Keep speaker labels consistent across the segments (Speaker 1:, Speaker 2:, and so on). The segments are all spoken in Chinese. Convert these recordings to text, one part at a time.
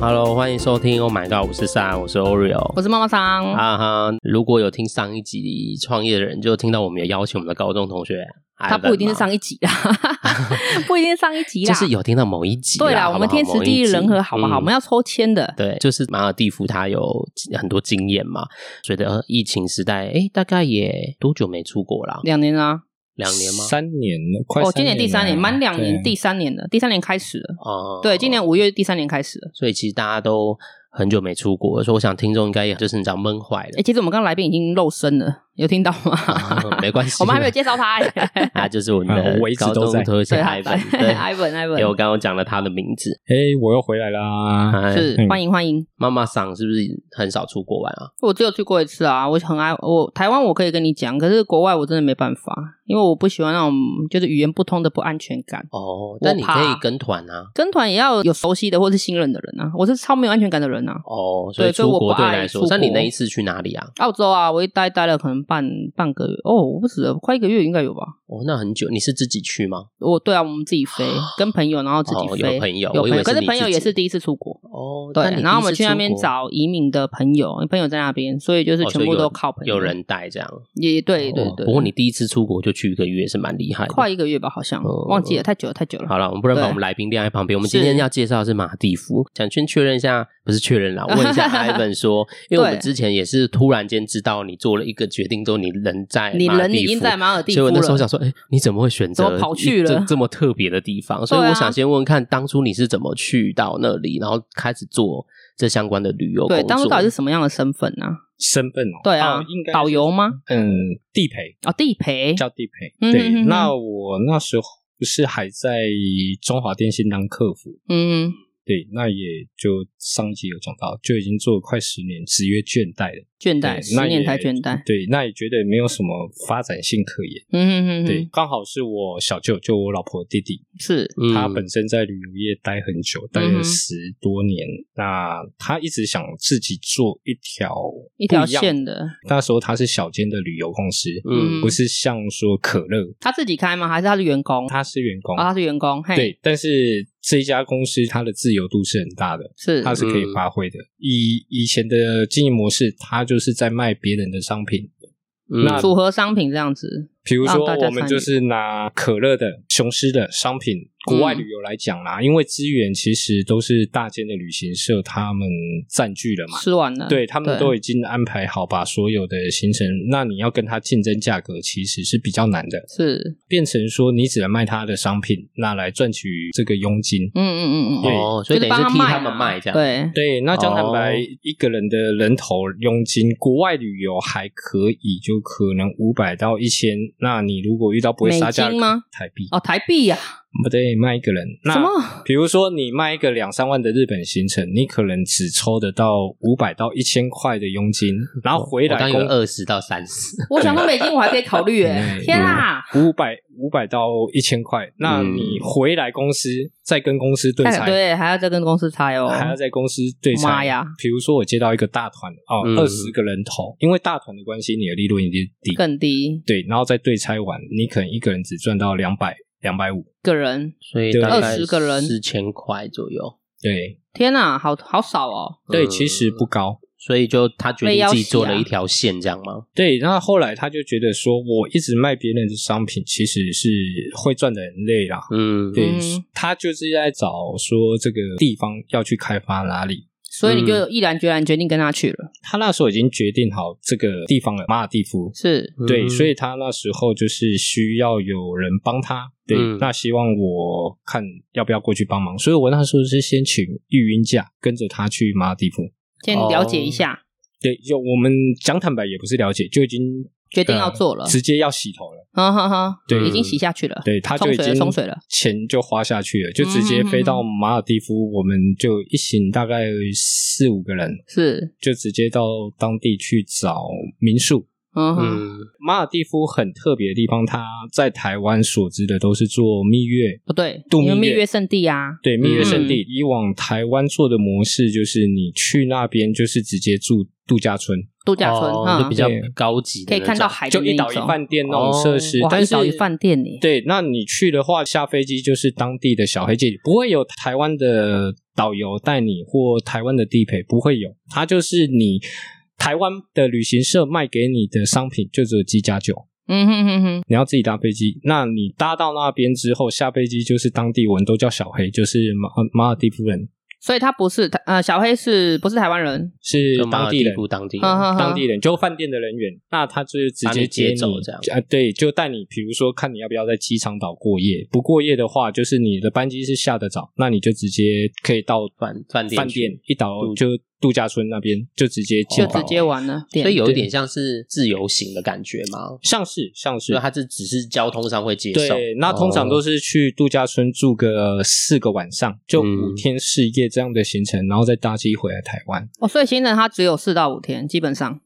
Speaker 1: Hello，欢迎收听 Oh My God，我是三，我是 Oreo。
Speaker 2: 我是妈妈桑，
Speaker 1: 啊哈！如果有听上一集创业的人，就听到我们有邀请我们的高中同学，
Speaker 2: 他不一定是
Speaker 1: Ivan 嘛
Speaker 2: 上一集啦， 不一定是上一集啦，
Speaker 1: 啊就是有听到某一集啦。
Speaker 2: 对啦，
Speaker 1: 好
Speaker 2: 我
Speaker 1: 不好
Speaker 2: 们天时地利人和，好不好？我
Speaker 1: 某一集
Speaker 2: 们要抽签的
Speaker 1: 嗯，对，就是马尔蒂夫，他有很多经验嘛。随着呃疫情时代，哎，大概也多久没出国啦？
Speaker 2: 两年啊，
Speaker 1: 两年吗？
Speaker 3: 三年了，快
Speaker 2: 哦，
Speaker 3: 三
Speaker 2: 今年第三年，
Speaker 3: 了
Speaker 2: 满两年
Speaker 3: 对
Speaker 2: 第三年了，第三年开始了，
Speaker 1: 哦
Speaker 2: 对，今年五月第三年开始了。
Speaker 1: 所以其实大家都很久没出国，所以我想听众应该也就是你知道闷坏了
Speaker 2: 哎，，其实我们刚刚来宾已经露身了，有听到吗
Speaker 1: 啊？ 没关系
Speaker 2: 哎我们还没有介 绍他 欸，
Speaker 1: 他就是我们
Speaker 3: 啊
Speaker 1: 的
Speaker 3: 我一直
Speaker 1: 高
Speaker 3: 都
Speaker 1: 中
Speaker 3: 在
Speaker 1: 同学
Speaker 2: 对
Speaker 1: Ivan，对
Speaker 2: ，Ivan，Ivan
Speaker 1: 哎我刚刚讲了他的名字，
Speaker 3: 哎，我又回来啦！
Speaker 1: 哎
Speaker 2: 是
Speaker 3: 嗯
Speaker 2: 欢迎欢迎。
Speaker 1: 妈妈桑是不是很少出国玩啊？
Speaker 2: 我只有去过一次啊，我很爱我台湾，我可以跟你讲，可是国外我真的没办法，因为我不喜欢那种就是语言不通的不安全感。
Speaker 1: 哦，
Speaker 2: 怕
Speaker 1: 但你可以跟团啊。
Speaker 2: 跟团也要有熟悉的或是信任的人啊，我是超没有安全感的人啊。
Speaker 1: 哦，所以
Speaker 2: 对所以
Speaker 1: 出
Speaker 2: 我
Speaker 1: 国
Speaker 2: 不
Speaker 1: 对你
Speaker 2: 爱
Speaker 1: 来说
Speaker 2: 出，
Speaker 1: 那你
Speaker 2: 国
Speaker 1: 那一次去哪里啊？
Speaker 2: 澳洲啊，我一待待了可能半半个月，哦，我不止了，快一个月应该有吧。
Speaker 1: 哦，那很久，你是自己去吗？
Speaker 2: 我对啊，我们自己飞，跟朋友，然后自己
Speaker 1: 哦
Speaker 2: 飞，
Speaker 1: 有朋友
Speaker 2: 有
Speaker 1: 我
Speaker 2: 朋
Speaker 1: 以
Speaker 2: 友
Speaker 1: 为是
Speaker 2: 可
Speaker 1: 你
Speaker 2: 朋友
Speaker 1: 自己
Speaker 2: 也是第一次出国，
Speaker 1: 哦，
Speaker 2: 对啊
Speaker 1: 那你，第一
Speaker 2: 然后我们
Speaker 1: 次
Speaker 2: 去那
Speaker 1: 出
Speaker 2: 边
Speaker 1: 国，
Speaker 2: 找移民的朋友，朋友在那边，所以就是
Speaker 1: 哦
Speaker 2: 全
Speaker 1: 所以
Speaker 2: 部
Speaker 1: 有
Speaker 2: 都靠朋友，
Speaker 1: 有人带这样。
Speaker 2: 也对对
Speaker 1: 哦
Speaker 2: 对，
Speaker 1: 不过你第一次出国就去一个月，是蛮厉害的。
Speaker 2: 快一个月吧，好像
Speaker 1: 哦
Speaker 2: 忘记了，太久了太久了。
Speaker 1: 好了，我们不能把
Speaker 2: 对
Speaker 1: 我们来宾晾在旁边。我们
Speaker 2: 是
Speaker 1: 今天要介绍的是马蒂夫，想先确认一下，不是确认啦，问 一下 Ivan 说，因为我们
Speaker 2: 对
Speaker 1: 之前也是突然间知道你做了一个决定之后，你人在
Speaker 2: 你
Speaker 1: 马尔
Speaker 2: 人
Speaker 1: 蒂
Speaker 2: 已经
Speaker 1: 夫
Speaker 2: 在马尔蒂
Speaker 1: 所以
Speaker 2: 夫
Speaker 1: 我那时候
Speaker 2: 了，
Speaker 1: 想说，哎、你怎么会选择
Speaker 2: 怎么跑去了
Speaker 1: 这这么特别的地方？所以
Speaker 2: 对啊
Speaker 1: 我想先问问看，当初你是怎么去到那里，然后开始做这相关的旅游工
Speaker 2: 对，
Speaker 1: 作？
Speaker 2: 当初到底是什么样的身份呢、啊？
Speaker 3: 身份哦，
Speaker 2: 对啊
Speaker 3: 哦应该是
Speaker 2: 导游吗？
Speaker 3: 嗯，地陪
Speaker 2: 哦，地陪，
Speaker 3: 叫地陪。
Speaker 2: 嗯
Speaker 3: 对
Speaker 2: 嗯嗯嗯，
Speaker 3: 那我那时候不是还在中华电信当客服，
Speaker 2: 嗯，
Speaker 3: 对，那也就上一集有讲到，就已经做了快十年，职业倦怠了。
Speaker 2: 倦
Speaker 3: 对
Speaker 2: 怠，，
Speaker 3: 那
Speaker 2: 十年
Speaker 3: 也
Speaker 2: 才倦怠，
Speaker 3: 对，那也觉得没有什么发展性可言。
Speaker 2: 嗯嗯嗯，
Speaker 3: 对，，刚好是我小舅，就我老婆的弟弟，
Speaker 2: 是，
Speaker 1: 嗯
Speaker 3: 他本身在旅游业待很久，待
Speaker 2: 嗯
Speaker 3: 了
Speaker 2: 哼
Speaker 3: 十多年。那他一直想自己做一条
Speaker 2: 一条
Speaker 3: 不样
Speaker 2: 线的。
Speaker 3: 那时候他是小间的旅游公司，
Speaker 1: 嗯
Speaker 3: 不是像说可乐，
Speaker 2: 他自己开吗？还是他是员工？
Speaker 3: 他是员工，
Speaker 2: 啊，他是员工，嘿，
Speaker 3: 对。但是这一家公司它的自由度是很大的，
Speaker 2: 是，
Speaker 3: 它是可以发挥的。以以前的经营模式，它就是在卖别人的商品，
Speaker 1: 嗯
Speaker 3: 那
Speaker 2: 组合商品这样子，
Speaker 3: 比如说
Speaker 2: 让大家
Speaker 3: 我们
Speaker 2: 参与
Speaker 3: 就是拿可乐的、雄狮的商品，国外
Speaker 2: 嗯
Speaker 3: 旅游来讲啦，因为资源其实都是大间的旅行社他们占据了嘛，
Speaker 2: 吃完了，
Speaker 3: 对他们都已经安排好把所有的行程，那你要跟他竞争价格，其实是比较难的，
Speaker 2: 是，
Speaker 3: 变成说你只能卖他的商品，那来赚取这个佣金。
Speaker 2: 嗯嗯嗯嗯，
Speaker 1: 哦，所以
Speaker 2: 就
Speaker 1: 等于
Speaker 2: 是帮
Speaker 1: 是替
Speaker 2: 卖
Speaker 1: 他
Speaker 2: 啊
Speaker 1: 们卖这样。，
Speaker 2: 对，
Speaker 3: 对，那讲坦白，
Speaker 1: 哦
Speaker 3: 一个人的人头佣金，国外旅游还可以，就可能五百到一千。那你如果遇到不会杀价
Speaker 2: 美金吗？
Speaker 3: 台币
Speaker 2: 哦，台币呀，
Speaker 3: 不对，卖一个人。
Speaker 2: 什
Speaker 3: 那
Speaker 2: 么？
Speaker 3: 比如说你卖一个两三万的日本行程，你可能只抽得到五百到一千块的佣金，然后回
Speaker 1: 我刚
Speaker 3: 来
Speaker 1: 有
Speaker 3: 公
Speaker 1: 二十到三十，
Speaker 2: 我想说美金我还可以 考虑，哎，
Speaker 3: 嗯
Speaker 2: 天啊，
Speaker 3: 五百五百到一千块，那
Speaker 1: 嗯
Speaker 3: 你回来公司再跟公司对
Speaker 2: 哎
Speaker 3: 裁，
Speaker 2: 对，还要再跟公司拆哦，
Speaker 3: 还要在公司对裁。
Speaker 2: 妈呀
Speaker 3: 比如说我接到一个大团哦
Speaker 1: 嗯，
Speaker 3: 二十、个人头，因为大团的关系，你的利润一定低。
Speaker 2: 更低，
Speaker 3: 对，然后再对拆完，你可能一个人只赚到两百两百五。
Speaker 2: 个人，
Speaker 1: 所以
Speaker 3: 对
Speaker 1: 大概
Speaker 2: 20个人
Speaker 1: 四千块左右。
Speaker 3: 对
Speaker 2: 天啊，好好少哦，
Speaker 3: 对，
Speaker 1: 嗯
Speaker 3: 其实不高。
Speaker 1: 所以就他决
Speaker 2: 被
Speaker 1: 定
Speaker 2: 要
Speaker 1: 自己
Speaker 2: 挟
Speaker 1: 做了
Speaker 2: 啊
Speaker 1: 一条线，这样吗？
Speaker 3: 对，然后后来他就觉得说，我一直卖别人的商品，其实是会赚的很累啦。
Speaker 1: 嗯，
Speaker 3: 对
Speaker 2: 嗯，
Speaker 3: 他就是在找说这个地方要去开发哪里，
Speaker 2: 所以你
Speaker 3: 嗯
Speaker 2: 就毅然决然决定跟他去了，
Speaker 3: 他那时候已经决定好这个地方了，马尔蒂夫。
Speaker 2: 是，
Speaker 3: 对，
Speaker 1: 嗯
Speaker 3: 所以他那时候就是需要有人帮他。对，
Speaker 1: 嗯
Speaker 3: 那希望我看要不要过去帮忙。所以我那时候是先请育婴假，跟着他去马尔蒂夫。
Speaker 2: 先了解一
Speaker 3: 哦
Speaker 2: 下，
Speaker 3: 对，就我们讲坦白也不是了解，就已经
Speaker 2: 决定要做了
Speaker 3: 呃直接要洗头了。
Speaker 2: 哈哈哈，
Speaker 3: 对
Speaker 2: 已经洗下去了，
Speaker 3: 对，他就
Speaker 2: 冲
Speaker 3: 已
Speaker 2: 水了
Speaker 3: 经
Speaker 2: 冲水了，嗯
Speaker 3: 钱就花下去了，就直接飞到马尔蒂夫。我们就一行大概四五个人，
Speaker 2: 是，
Speaker 3: 就直接到当地去找民宿。
Speaker 2: 嗯哼，
Speaker 1: 嗯，
Speaker 3: 马尔蒂夫很特别的地方，它在台湾所知的都是做蜜月，
Speaker 2: 不哦对，
Speaker 3: 度蜜
Speaker 2: 因为蜜
Speaker 3: 月
Speaker 2: 月圣地啊，
Speaker 3: 对蜜月圣地。以往台湾做的模式就是你去那边就是直接住度假村，
Speaker 2: 度假村，
Speaker 1: 哦就
Speaker 2: 嗯
Speaker 1: 比，较
Speaker 3: 对
Speaker 1: 高级的
Speaker 2: 可
Speaker 1: 那
Speaker 2: 以
Speaker 1: 种，
Speaker 2: 看到海的
Speaker 3: 就
Speaker 2: 那
Speaker 3: 一
Speaker 2: 一
Speaker 3: 岛一
Speaker 2: 种
Speaker 3: 饭店那种
Speaker 1: 哦
Speaker 3: 设施。
Speaker 2: 哇
Speaker 3: 但
Speaker 2: 一
Speaker 3: 是
Speaker 2: 岛一饭店呢，
Speaker 3: 对，那你去的话，下飞机就是当地的小黑街，不会有台湾的导游带你或台湾的地陪，不会有，它就是你台湾的旅行社卖给你的商品，就只有鸡加酒。
Speaker 2: 嗯哼哼哼，
Speaker 3: 你要自己搭飞机，那你搭到那边之后，下飞机就是当地人都叫小黑，就是马马尔蒂夫人，
Speaker 2: 所以他不是呃小黑是不是台湾人？
Speaker 3: 是
Speaker 1: 就马
Speaker 3: 当
Speaker 1: 尔
Speaker 3: 地
Speaker 1: 地
Speaker 3: 人，
Speaker 1: 夫当地人
Speaker 2: 嗯哼哼
Speaker 3: 当地人就饭店的人员，那他就是直
Speaker 1: 把
Speaker 3: 接
Speaker 1: 你接
Speaker 3: 你
Speaker 1: 走这样
Speaker 3: 啊，对，就带你，比如说看你要不要在机场岛过夜，不过夜的话，就是你的班机是下得早，那你就直接可以到
Speaker 1: 饭饭店
Speaker 3: 饭
Speaker 1: 去
Speaker 3: 店一岛就度假村那边就直接
Speaker 2: 就
Speaker 3: 进
Speaker 2: 直
Speaker 3: 岛
Speaker 2: 接玩了，
Speaker 1: 所以有一
Speaker 3: 对
Speaker 1: 点像是自由行的感觉嘛，
Speaker 3: 像是像是
Speaker 1: 所以它是只是交通上会接受。哦
Speaker 3: 对，那通常都是去度假村住个四个晚上，就五
Speaker 1: 嗯
Speaker 3: 天四夜这样的行程，然后再搭机回来台湾。
Speaker 2: 哦，所以行程它只有四到五天，基本上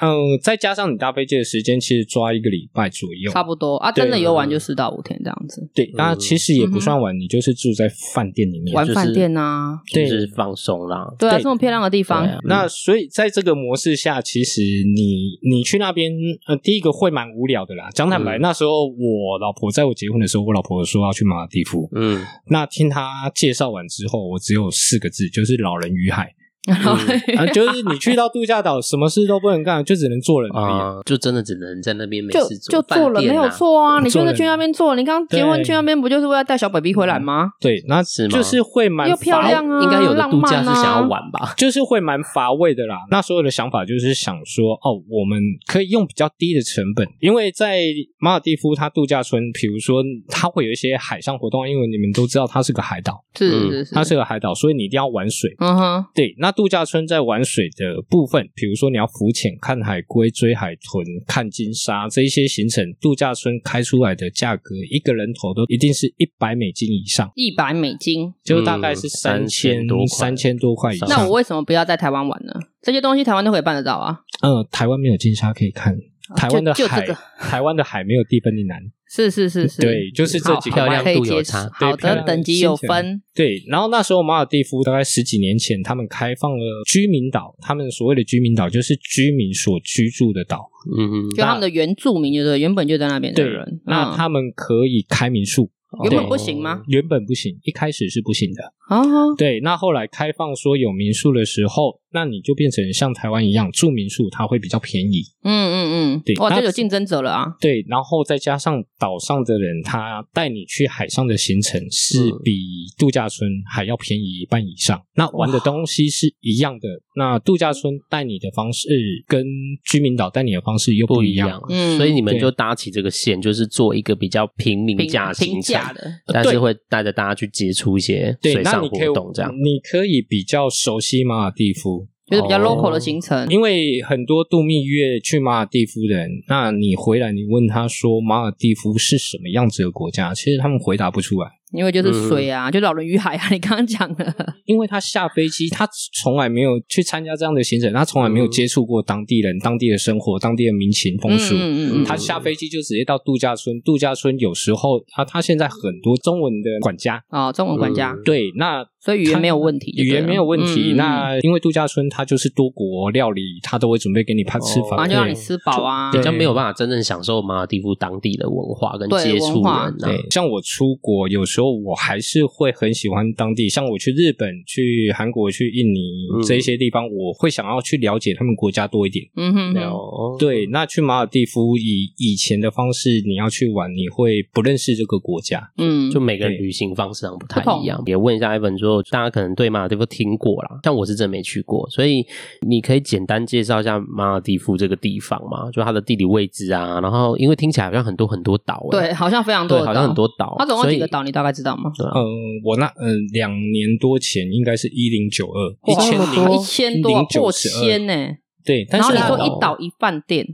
Speaker 3: 嗯，再加上你搭飞机的时间，其实抓一个礼拜左右。
Speaker 2: 差不多啊，
Speaker 3: 对
Speaker 2: 真的游玩
Speaker 1: 嗯
Speaker 2: 就四到五天这样子，
Speaker 3: 对，那其实
Speaker 2: 嗯
Speaker 3: 也不算晚，你就是住在饭店里面。
Speaker 2: 玩
Speaker 1: 就是
Speaker 2: 饭店啊，
Speaker 1: 就
Speaker 3: 对
Speaker 1: 是放松啦。
Speaker 2: 对啊，
Speaker 3: 对
Speaker 2: 这么漂亮的地
Speaker 1: 对
Speaker 2: 方
Speaker 1: 啊，
Speaker 3: 那所以在这个模式下，其实你你去那边，呃，第一个会蛮无聊的啦。讲坦白，
Speaker 1: 嗯
Speaker 3: 那时候我老婆在我结婚的时候，我老婆说要去马尔地夫。
Speaker 1: 嗯，
Speaker 3: 那听她介绍完之后，我只有四个字，就是老人与海。
Speaker 2: 然后
Speaker 3: 啊，就是你去到度假岛，什么事都不能干，就只能做人而已。
Speaker 1: 啊，就真的只能在那边没
Speaker 2: 就
Speaker 1: 事
Speaker 2: 就做
Speaker 1: 做
Speaker 2: 了
Speaker 1: 饭店
Speaker 2: 没
Speaker 1: 啊
Speaker 2: 有。错啊，你
Speaker 3: 做
Speaker 2: 就是
Speaker 3: 了
Speaker 2: 去那边做，你刚结婚
Speaker 3: 对
Speaker 2: 去那边不就是为了带小 baby 回来吗？
Speaker 3: 对，那
Speaker 1: 是吗
Speaker 3: 就是会蛮
Speaker 2: 又
Speaker 3: 乏
Speaker 2: 漂亮啊，
Speaker 1: 应该有的
Speaker 2: 浪
Speaker 1: 度假
Speaker 2: 漫
Speaker 1: 是
Speaker 2: 啊
Speaker 1: 想要玩 吧？
Speaker 3: 就是会蛮乏味的啦。那所有的想法就是想说，哦，我们可以用比较低的成本，因为在马尔蒂夫它度假村，比如说它会有一些海上活动，因为你们都知道它是个海岛，
Speaker 2: 是
Speaker 1: 嗯
Speaker 2: 是是，
Speaker 3: 它是个海岛，所以你一定要玩水。
Speaker 2: 嗯哼，
Speaker 3: 对，那度假村在玩水的部分，比如说你要浮潜、看海龟、追海豚、看金沙这一些行程，度假村开出来的价格，一个人头都一定是一百美金以上，
Speaker 2: 一百美金。
Speaker 3: 就大概是三
Speaker 1: 嗯
Speaker 3: 千
Speaker 1: 3000多块
Speaker 3: 三千多块以上。
Speaker 2: 那我为什么不要在台湾玩呢？这些东西台湾都可以办得到啊。
Speaker 3: 呃，台湾没有金沙可以看，台湾的
Speaker 2: 哦就
Speaker 3: 海，
Speaker 2: 这个
Speaker 3: 台湾的海没有地分的难。
Speaker 2: 是是是是，
Speaker 3: 对就是这
Speaker 2: 好
Speaker 3: 几
Speaker 2: 好
Speaker 3: 个
Speaker 1: 漂亮
Speaker 2: 可以
Speaker 1: 度有
Speaker 2: 接
Speaker 1: 差
Speaker 2: 受
Speaker 3: 对
Speaker 2: 好
Speaker 3: 漂
Speaker 2: 的
Speaker 3: 亮
Speaker 2: 等级有
Speaker 3: 心情
Speaker 2: 分，
Speaker 3: 对，然后那时候马尔蒂夫大概十几年前，他们开放了居民岛，他们所谓的居民岛就是居民所居住的岛。
Speaker 1: 嗯，
Speaker 2: 就他们的原住民，就是原本就在那边的
Speaker 3: 对
Speaker 2: 人，，嗯
Speaker 3: 那
Speaker 2: 哦
Speaker 3: 他们可以开民宿。
Speaker 2: 原本
Speaker 3: 对哦
Speaker 2: 不行吗？
Speaker 3: 原本不行，一开始是不行的。
Speaker 2: 啊哈
Speaker 3: 对，那后来开放说有民宿的时候，那你就变成像台湾一样住民宿，它会比较便宜。
Speaker 2: 嗯嗯嗯
Speaker 3: 对，
Speaker 2: 哇，
Speaker 3: 那
Speaker 2: 这有竞争者了啊。
Speaker 3: 对，然后再加上岛上的人，他带你去海上的行程是
Speaker 1: 嗯
Speaker 3: 比度假村还要便宜一半以上。那玩的东西是一样的，那度假村带你的方式跟居民岛带你的方式又
Speaker 1: 不
Speaker 3: 不
Speaker 1: 一
Speaker 3: 一
Speaker 1: 样
Speaker 3: 样。，
Speaker 2: 嗯
Speaker 1: 所以你们
Speaker 3: 对
Speaker 1: 就搭起这个线，就是做一个比较平民
Speaker 2: 平
Speaker 1: 价行
Speaker 2: 平
Speaker 1: 程
Speaker 2: 价，的，
Speaker 1: 但是
Speaker 3: 对
Speaker 1: 会带着大家去接触一些
Speaker 3: 对，
Speaker 1: 水
Speaker 3: 那
Speaker 1: 上
Speaker 3: 你可以
Speaker 1: 活动，这样。
Speaker 3: 你可以比较熟悉马尔蒂夫，
Speaker 2: 就是比较
Speaker 1: 哦
Speaker 2: local 的行程。
Speaker 3: 因为很多度蜜月去马尔蒂夫的人，那你回来你问他说马尔蒂夫是什么样子的国家，其实他们回答不出来，
Speaker 2: 因为
Speaker 3: 嗯
Speaker 2: 就是水啊，就老人与海啊，你刚刚讲 的，
Speaker 3: 因为他下飞机，他从来没有去参加这样的行程，他从来
Speaker 2: 嗯
Speaker 3: 没有接触过当地人、当地的生活、当地的民情风俗。
Speaker 2: 嗯嗯嗯
Speaker 3: 他下飞机就直接到度假村，度假村有时候啊，他现在很多中文的管家，
Speaker 2: 哦，中文管家，
Speaker 1: 嗯
Speaker 3: 对，那
Speaker 2: 所以语言没有问题就对
Speaker 3: 语
Speaker 2: 了，
Speaker 3: 言没有问题。
Speaker 2: 嗯嗯嗯
Speaker 3: 那因为度假村它就是多国料理，他都会准备给你怕吃
Speaker 1: 哦
Speaker 3: 法，
Speaker 2: 反正就让你
Speaker 3: 对
Speaker 2: 吃饱啊
Speaker 1: 比
Speaker 3: 对。
Speaker 1: 较没有办法真正享受马尔地夫当地的文化跟
Speaker 2: 对
Speaker 1: 接触
Speaker 2: 文化
Speaker 1: 人啊
Speaker 3: 对，，像我出国，有时候我还是会很喜欢当地，像我去日本、去韩国、去印尼、
Speaker 1: 嗯
Speaker 3: 这一些地方，我会想要去了解他们国家多一点。
Speaker 2: 嗯哼
Speaker 1: 对
Speaker 2: 哼，
Speaker 1: 哦，
Speaker 3: 对，那去马尔蒂夫以以前的方式，你要去玩，你会不认识这个国家。
Speaker 2: 嗯，
Speaker 1: 就每个人
Speaker 3: 对
Speaker 1: 旅行方式上不太
Speaker 2: 不同
Speaker 1: 一样。也问一下 Evan 说，大家可能对马尔代夫听过啦，像我是真没去过，所以你可以简单介绍一下马尔代夫这个地方嘛，就它的地理位置啊，然后因为听起来好像很多很多岛、欸，
Speaker 2: 对，好像非常多
Speaker 1: 对，
Speaker 2: 的岛，
Speaker 1: 好像很多岛，
Speaker 2: 它总共
Speaker 1: 所以
Speaker 2: 几个岛，你大概知道吗？
Speaker 1: 对啊
Speaker 3: 嗯，我那嗯两年多前应该是一零九二，一千
Speaker 1: 哇
Speaker 3: 零
Speaker 2: 一千多，啊破千呢、
Speaker 3: 对，但
Speaker 2: 然后
Speaker 3: 是
Speaker 2: 你
Speaker 1: 它
Speaker 2: 说
Speaker 1: 有
Speaker 2: 一岛一饭店，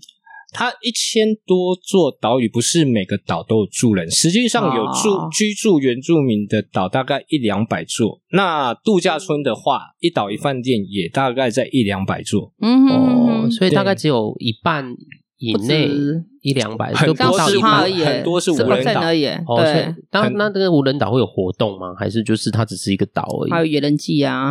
Speaker 3: 它一千多座岛屿，不是每个岛都有住人，实际上有住、
Speaker 2: 哦
Speaker 3: 居住原住民的岛大概一两百座。那度假村的话，一岛一饭店也大概在一两百座。
Speaker 2: 嗯哼
Speaker 1: 哦，
Speaker 2: 哼
Speaker 1: 所以大概
Speaker 3: 对
Speaker 1: 只有一半以
Speaker 2: 不
Speaker 1: 内
Speaker 2: 止
Speaker 1: 一两百，
Speaker 3: 很
Speaker 1: 就
Speaker 3: 多
Speaker 1: 不
Speaker 2: 刚
Speaker 1: 到
Speaker 2: 十
Speaker 1: 一
Speaker 2: 趴
Speaker 1: 百
Speaker 2: 而已耶，
Speaker 3: 很多是无
Speaker 2: 10%
Speaker 3: 人岛
Speaker 2: 而已耶，
Speaker 1: 哦，所以
Speaker 2: 对，
Speaker 1: 那
Speaker 3: 很
Speaker 1: 那这个无人岛会有活动吗？还是就是它只是一个岛而已？
Speaker 2: 还有野人记 啊，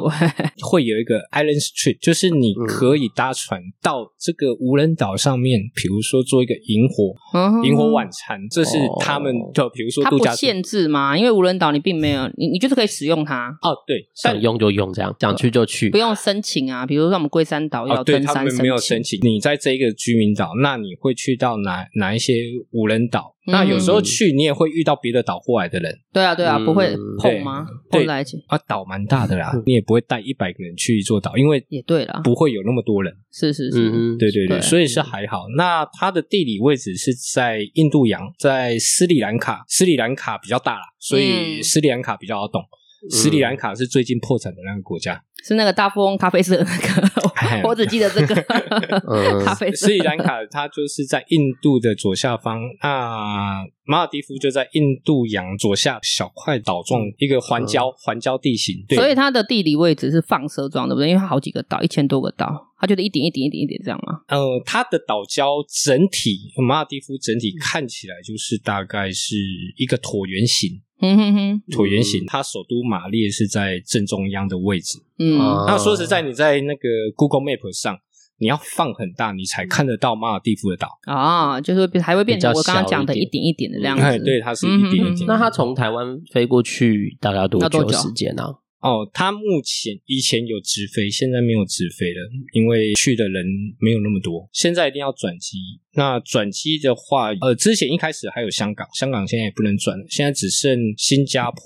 Speaker 2: 会不会？
Speaker 3: 会有一个 island trip，就是你可以搭船到这个无人岛上面，比如说做一个萤火
Speaker 2: 嗯
Speaker 3: 萤火晚餐，这是他们
Speaker 1: 哦
Speaker 3: 就比如说
Speaker 2: 哦它
Speaker 3: 度
Speaker 2: 不
Speaker 3: 假村
Speaker 2: 限制嘛，因为无人岛你并没有，你你就是可以使用它，
Speaker 3: 哦，对，但
Speaker 1: 想用就用，这样想去就去
Speaker 2: 呃不。用申请啊。比如说我们龟山岛
Speaker 3: 哦，
Speaker 2: 要
Speaker 3: 对
Speaker 2: 登
Speaker 3: 他
Speaker 2: 山
Speaker 3: 们没有申请。你在这一个居民岛，那你会去到哪哪一些无人岛？
Speaker 2: 嗯
Speaker 3: 那有时候去你也会遇到别的岛过来的人
Speaker 2: 对啊对啊，
Speaker 1: 嗯
Speaker 2: 不会碰吗？
Speaker 3: 对
Speaker 2: 碰在一起
Speaker 3: 啊，岛蛮大的啦，你也不会带一百个人去一座岛，因为
Speaker 2: 嗯也对啊啦，
Speaker 3: 不会有那么多人。
Speaker 2: 是是是，
Speaker 1: 嗯哼，
Speaker 3: 对对对，
Speaker 2: 对
Speaker 3: 所以是还好。那它的地理位置是在印度洋，在斯里兰卡，斯里兰卡比较大啦，所以
Speaker 2: 嗯
Speaker 3: 斯里兰卡比较好懂。斯里兰卡是最近破产的那个国家，
Speaker 2: 是那个大富翁咖啡色的那
Speaker 3: 哎
Speaker 2: 个，我只记 得这个
Speaker 1: 嗯
Speaker 2: 咖啡色
Speaker 3: 斯。里兰卡它就是在印度的左下方，那马尔蒂夫就在印度洋左下小块岛状一个环礁环礁地形，对，
Speaker 2: 嗯所以它的地理位置是放射状，对不对？因为它好几个岛，一千多个岛，它就是一点一点一点一点这样嘛。
Speaker 3: 呃，它的岛礁整体马尔蒂夫整
Speaker 2: 嗯
Speaker 3: 体看起来就是大概是一个椭圆形，
Speaker 2: 哼嗯哼哼，
Speaker 3: 椭圆形，它首都马列是在正中央的位置。
Speaker 1: 啊
Speaker 2: 嗯，
Speaker 3: 那说实在，你在那个 Google Map 上，你要放很大，你
Speaker 2: 嗯
Speaker 3: 才看得到马尔蒂夫的岛。
Speaker 2: 啊，就是会还会变成
Speaker 1: 比较
Speaker 2: 我刚刚
Speaker 1: 小
Speaker 2: 讲的
Speaker 1: 一
Speaker 2: 一
Speaker 1: 点
Speaker 2: 点一点的这样
Speaker 3: 哎，
Speaker 2: 子。
Speaker 3: 对，，它是一点一
Speaker 2: 嗯哼
Speaker 3: 点。
Speaker 1: 那他从台湾飞过去大概要多
Speaker 2: 要多久
Speaker 1: 时间啊？
Speaker 3: 哦，它目前以前有直飞，现在没有直飞了，因为去的人没有那么多。现在一定要转机。那转机的话，呃，之前一开始还有香港，香港现在也不能转了，现在只剩新加坡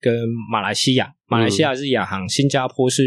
Speaker 3: 跟马来西亚。马来西亚是亚航，新加坡是，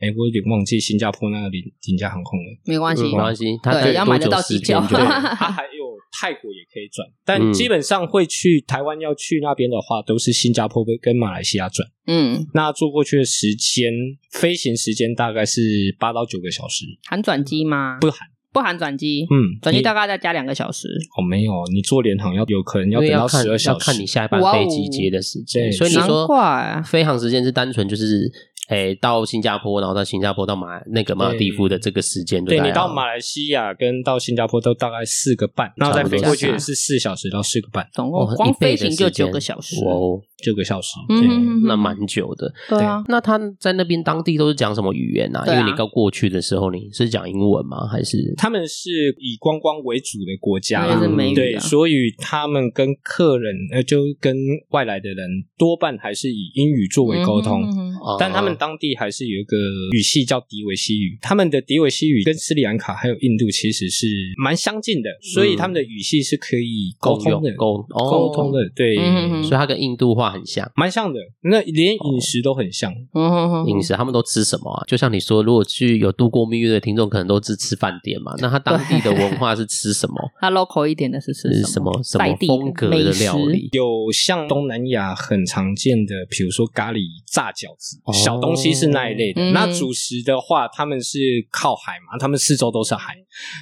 Speaker 3: 哎，我有点忘记新加坡那个廉廉价航空了。
Speaker 2: 没关
Speaker 1: 嗯，
Speaker 2: 系
Speaker 1: 没关系，他
Speaker 2: 对
Speaker 1: 就
Speaker 2: 要
Speaker 1: 多
Speaker 2: 买得
Speaker 1: 久
Speaker 2: 到
Speaker 1: 时
Speaker 2: 机票
Speaker 1: 间就
Speaker 3: 对，
Speaker 1: 好？
Speaker 3: 它还有泰国也可以转，但
Speaker 1: 嗯
Speaker 3: 基本上会去台湾要去那边的话，都是新加坡跟跟马来西亚转。
Speaker 2: 嗯，
Speaker 3: 那坐过去的时间，飞行时间大概是八到九个小时。
Speaker 2: 含转机吗？
Speaker 3: 嗯不含，
Speaker 2: 不含转机，
Speaker 3: 嗯，
Speaker 2: 转机
Speaker 3: 你
Speaker 2: 大概再加两个小时。
Speaker 3: 哦没有，你坐联航要有可能要
Speaker 1: 因为
Speaker 3: 等到
Speaker 1: 要看
Speaker 3: 十二
Speaker 1: 要
Speaker 3: 小
Speaker 1: 看你
Speaker 3: 时。
Speaker 1: 下一班
Speaker 2: 哇哦
Speaker 1: 飞机接的时间。
Speaker 3: 对
Speaker 1: 所以你
Speaker 2: 难
Speaker 1: 说
Speaker 2: 怪
Speaker 1: 飞航时间是单纯就是，诶，到新加坡，然后到新加坡到马那个马尔蒂夫的这个时间，
Speaker 3: 对
Speaker 1: 大概
Speaker 3: 你
Speaker 1: 要
Speaker 3: 到马来西亚跟到新加坡都大概四个半，然后再
Speaker 1: 差不
Speaker 3: 飞
Speaker 1: 多
Speaker 3: 过去
Speaker 2: 是
Speaker 3: 也是四小时到四个半，
Speaker 2: 总
Speaker 1: 哦
Speaker 2: 共光
Speaker 1: 一倍
Speaker 2: 飞
Speaker 1: 的
Speaker 2: 行就
Speaker 1: 时间
Speaker 2: 九个小时。
Speaker 1: 哇哦，啊
Speaker 3: 九个小时。
Speaker 2: 嗯
Speaker 3: 对
Speaker 2: 哼哼哼
Speaker 1: 那蛮久的。
Speaker 2: 对啊，
Speaker 1: 那他在那边当地都是讲什么语言啊？因
Speaker 2: 对啊
Speaker 1: 为你刚过去的时候，你是讲英文吗？还是
Speaker 3: 他们是以观光为主的国家
Speaker 2: 因
Speaker 3: 啦
Speaker 1: 为是美语啊
Speaker 3: 对，所以他们跟客人呃，就跟外来的人多半还是以英语作为沟通。
Speaker 2: 嗯哼哼哼
Speaker 1: 哦
Speaker 3: 但他们当地还是有一个语系叫迪维西语，他们的迪维西语跟斯里兰卡还有印度其实是蛮相近的，所以他们的语系是可以
Speaker 1: 嗯
Speaker 3: 沟
Speaker 1: 共
Speaker 3: 通
Speaker 1: 用
Speaker 3: 的，
Speaker 1: 沟哦
Speaker 3: 沟通的，对，
Speaker 2: 嗯哼哼
Speaker 1: 所以它跟印度话很像。
Speaker 3: 蛮像的。那连饮食都很像，
Speaker 2: 嗯哼哼
Speaker 1: 饮食他们都吃什么啊？就像你说，如果去有度过蜜月的听众，可能都是吃饭店嘛。那他当地的文化是吃什么？
Speaker 2: 它 local 一点的是吃
Speaker 1: 是
Speaker 2: 呃什
Speaker 1: 什么什
Speaker 2: 在
Speaker 1: 么
Speaker 2: 地
Speaker 1: 风格
Speaker 2: 美
Speaker 1: 的
Speaker 2: 食
Speaker 1: 料理？
Speaker 3: 有像东南亚很常见的，比如说咖喱炸饺子，
Speaker 1: 哦
Speaker 3: 小东西是那一类的。
Speaker 2: 嗯
Speaker 3: 那主食的话，他们是靠海嘛，他们四周都是海，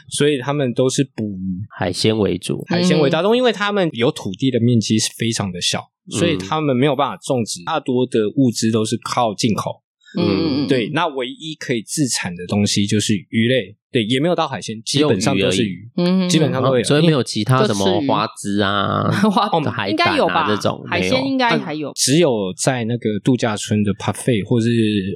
Speaker 3: 所以他们都是捕鱼。
Speaker 1: 海鲜为主，
Speaker 3: 海鲜为
Speaker 2: 嗯
Speaker 3: 大宗，因为他们有土地的面积是非常的小，
Speaker 1: 嗯
Speaker 3: 所以他们没有办法种植，大多的物资都是靠进口。
Speaker 2: 嗯嗯嗯，
Speaker 3: 对，那唯一可以自产的东西就是鱼类，对，也没有到海鲜，基
Speaker 1: 有
Speaker 3: 本上
Speaker 1: 鱼而
Speaker 3: 都是
Speaker 1: 已
Speaker 3: 鱼。
Speaker 2: 嗯，嗯
Speaker 3: 基本上都会有
Speaker 1: 所以没有其他什
Speaker 2: 就
Speaker 1: 么
Speaker 2: 吃鱼
Speaker 1: 花枝啊、
Speaker 2: 花
Speaker 1: 海
Speaker 2: 应
Speaker 1: 胆
Speaker 2: 该有
Speaker 1: 啊
Speaker 2: 吧？
Speaker 1: 这种
Speaker 2: 海
Speaker 1: 没有
Speaker 2: 鲜应该还有，
Speaker 3: 只有在那个度假村的 buffet 或是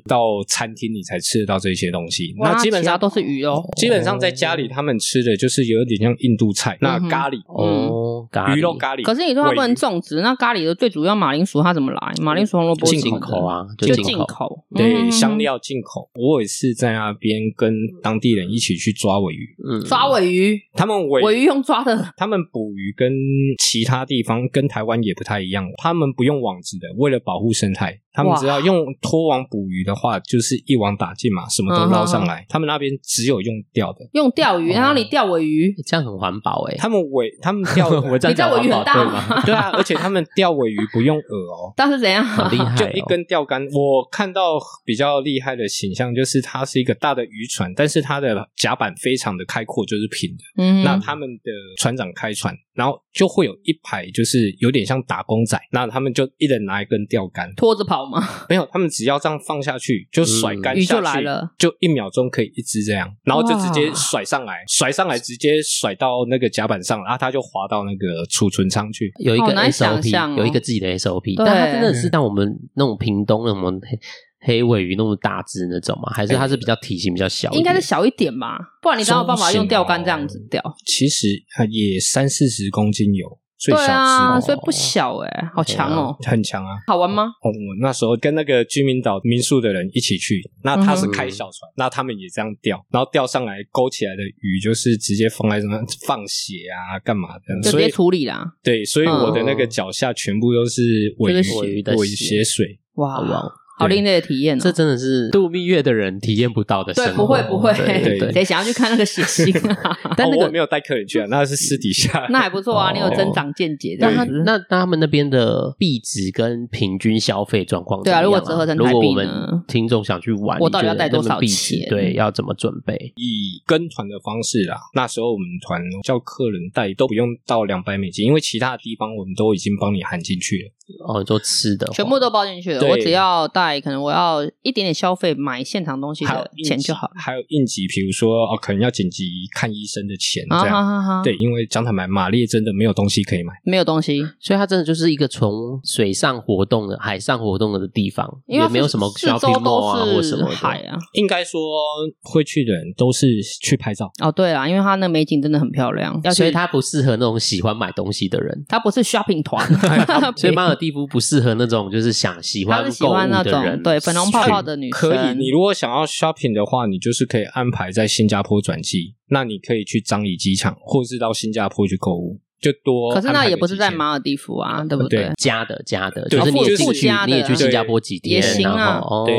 Speaker 3: 到餐厅，你才吃得到这些东西。
Speaker 2: 哇
Speaker 3: 那基本
Speaker 2: 其他
Speaker 3: 上
Speaker 2: 都是鱼哦。
Speaker 3: 基本上在家里他们吃的就是有点像印度菜，那
Speaker 2: 嗯哼
Speaker 3: 咖喱、
Speaker 1: 哦，咖喱
Speaker 3: 鱼肉咖喱。
Speaker 2: 可是你说它不能种植，那咖喱的最主要马铃薯它怎么来？马铃薯、红萝卜
Speaker 1: 进
Speaker 2: 什么的
Speaker 1: 口，啊，
Speaker 2: 就
Speaker 1: 进
Speaker 2: 进
Speaker 1: 口。
Speaker 2: 口。
Speaker 3: 对，
Speaker 2: 嗯
Speaker 3: 香料进口。我也是在那边跟当地人一起去抓尾鱼，
Speaker 1: 嗯，
Speaker 2: 抓尾鱼，
Speaker 3: 他们尾
Speaker 2: 尾鱼用抓的，
Speaker 3: 他们捕鱼跟其他地方跟台湾也不太一样，他们不用网子的，为了保护生态，他们
Speaker 2: 哇
Speaker 3: 只要用拖网捕鱼的话，就是一网打尽嘛，什么都捞上来。他们那边只有用钓的，
Speaker 2: 用钓鱼，然后你钓尾鱼，
Speaker 1: 这样很环保哎。
Speaker 3: 他们尾他们钓 我
Speaker 2: 你知道尾鱼很大吗？
Speaker 3: 对啊，而且他们钓尾鱼不用饵 哦。
Speaker 2: 但是怎样？
Speaker 1: 好厉害、哦！
Speaker 3: 就一根钓竿，我看到比较厉害的形象，就是它是一个大的渔船，但是它的甲板非常的开阔，就是平的。
Speaker 2: 嗯
Speaker 3: 那他们的船长开船，然后就会有一排，就是有点像打工仔，那他们就一人拿一根钓 竿，
Speaker 2: 拖着跑嘛，
Speaker 3: 没有，他们只要这样放下去，就甩竿
Speaker 2: 嗯鱼
Speaker 3: 下去，
Speaker 2: 就来了
Speaker 3: 就一秒钟可以一只这样，然后就直接
Speaker 2: 哇
Speaker 3: 甩上来，甩上来直接甩到那个甲板上，然后他就滑到那个储存仓去。
Speaker 1: 有一
Speaker 2: 好
Speaker 1: 个
Speaker 2: 难想
Speaker 1: SOP，、
Speaker 2: 象哦
Speaker 1: 有一个自己的 SOP，
Speaker 2: 对
Speaker 1: 但它真的是像我们那种屏东那种黑黑尾鱼那么大只那种吗？还是它是比较体型比较小一点？
Speaker 2: 应该是小一点吧，不然你哪有办法用钓竿这样子钓？
Speaker 3: 其实啊也三四十公斤有，最
Speaker 2: 对
Speaker 3: 小只、
Speaker 2: 啊，
Speaker 1: 哦
Speaker 2: 所以不小哎，好强哦，
Speaker 3: 很强啊！
Speaker 2: 好玩吗？
Speaker 3: 哦，我那时候跟那个居民岛民宿的人一起去，那他
Speaker 1: 嗯
Speaker 3: 是
Speaker 1: 哼
Speaker 3: 开小船，那他们也这样钓，然后钓上来勾起来的鱼就是直接放在什么放血啊，干嘛的？
Speaker 2: 就直
Speaker 3: 所
Speaker 2: 接
Speaker 3: 以
Speaker 2: 处理啦，
Speaker 3: 对，所以我的那个
Speaker 1: 嗯
Speaker 3: 脚下全部都是尾
Speaker 2: 就是血
Speaker 3: 尾
Speaker 1: 的
Speaker 3: 尾
Speaker 1: 血
Speaker 3: 血水，
Speaker 2: 哇
Speaker 1: 好玩哦，
Speaker 2: 好
Speaker 3: 对
Speaker 2: 另类的体验哦
Speaker 1: 这。真的是度蜜月的人体验不到的
Speaker 2: 对
Speaker 1: 生，活，
Speaker 2: 不会不会
Speaker 1: 对
Speaker 3: 对，
Speaker 1: 对。
Speaker 2: 谁想要去看那个血腥 啊？
Speaker 1: 但那
Speaker 3: 哦我
Speaker 1: 个
Speaker 3: 没有带客人去啊，那是私底下。
Speaker 2: 那还不错啊，你有增长见解这
Speaker 1: 那他
Speaker 2: 样子。
Speaker 1: 那那他们那边的币值跟平均消费状况怎么样啊
Speaker 2: 对啊如果折合成
Speaker 1: 如
Speaker 2: 台币呢
Speaker 1: 果我们听众想去玩，
Speaker 2: 我到底
Speaker 1: 你觉
Speaker 2: 要
Speaker 1: 得
Speaker 2: 带多
Speaker 1: 那边
Speaker 2: 少
Speaker 1: 币值
Speaker 2: 钱
Speaker 1: 对，要怎么准备？
Speaker 3: 以跟团的方式啦，那时候我们团叫客人带都不用到两百美金，因为其他的地方我们都已经帮你含进去了。
Speaker 1: 哦，你说吃的话，
Speaker 2: 全部都包进去了，
Speaker 3: 对
Speaker 2: 我只要带，可能我要一点点消费买现场东西
Speaker 3: 还有
Speaker 2: 的钱就好
Speaker 3: 了，还有应急，比如说哦，可能要紧急看医生的钱
Speaker 2: 啊
Speaker 3: 这样。
Speaker 2: 哈哈哈！
Speaker 3: 对，因为讲坦白，马列真的没有东西可以买。
Speaker 2: 没有东西，
Speaker 1: 所以它真的就是一个从水上活动的、海上活动的地方，
Speaker 2: 因为
Speaker 1: 也
Speaker 2: 它
Speaker 1: 没有什么
Speaker 2: 四周
Speaker 1: shopping mall 啊
Speaker 2: 都
Speaker 1: 或
Speaker 2: 是
Speaker 1: 什么的
Speaker 2: 海啊。
Speaker 3: 应该说会去的人都是去拍照，
Speaker 2: 哦，对啊，因为它那美景真的很漂 亮，啊要
Speaker 1: 所以
Speaker 2: 去
Speaker 1: 它不适合那种喜欢买东西的 人。
Speaker 2: 它不是 shopping 团，
Speaker 1: 哎 所以马尔蒂夫不适合那种就是想喜
Speaker 2: 它
Speaker 1: 欢
Speaker 2: 是喜
Speaker 1: 购物
Speaker 2: 欢那
Speaker 1: 的
Speaker 2: 种
Speaker 1: 人，
Speaker 2: 对粉红泡泡的女生，
Speaker 3: 可以。你如果想要 shopping 的话，你就是可以安排在新加坡转机，那你可以去樟宜机场，或是到新加坡去购物，就多
Speaker 2: 可是
Speaker 3: 安排个几天。
Speaker 2: 那也不是在马尔地夫啊，对不对
Speaker 3: 对？
Speaker 1: 加的加的，
Speaker 3: 对
Speaker 1: 就是你
Speaker 3: 附
Speaker 1: 也进
Speaker 3: 附
Speaker 1: 去
Speaker 2: 加，的
Speaker 1: 你也去新加坡几天，
Speaker 2: 也行啊
Speaker 1: 然后哦，
Speaker 3: 对。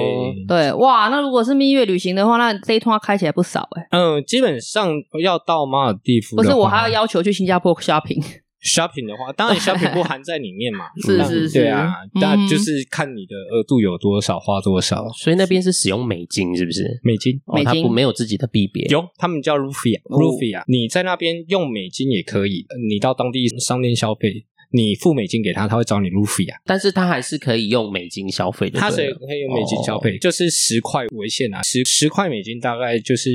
Speaker 2: 对，哇，那如果是蜜月旅行的话，那这一趟开起来不少哎。
Speaker 3: 嗯，基本上要到马尔蒂夫
Speaker 2: 不
Speaker 3: 的话，
Speaker 2: 是，我还要要求去新加坡 shopping，。
Speaker 3: shopping 的话，当然 shopping 不含在里面嘛
Speaker 2: 是
Speaker 3: 嗯
Speaker 2: 是是
Speaker 3: 对啊，那
Speaker 2: 嗯
Speaker 3: 就是看你的额度有多少，花多少
Speaker 1: 所以那边是使用美金是不是？
Speaker 3: 美金。
Speaker 1: 哦，
Speaker 2: 美
Speaker 1: 它
Speaker 2: 金
Speaker 1: 不没有自己的币别，
Speaker 3: 有，他们叫
Speaker 2: 哦
Speaker 3: Rufia，Rufia，、你在那边用美金也可以，你到当地商店消费，你付美金给他，他会找你 Rufia，
Speaker 1: 但是它还是可以用美金消费的。
Speaker 3: 他
Speaker 1: 对
Speaker 3: 谁
Speaker 1: 了
Speaker 3: 可以用美金消
Speaker 2: 哦
Speaker 3: 费？就是十块为限啊，十十块美金大概就是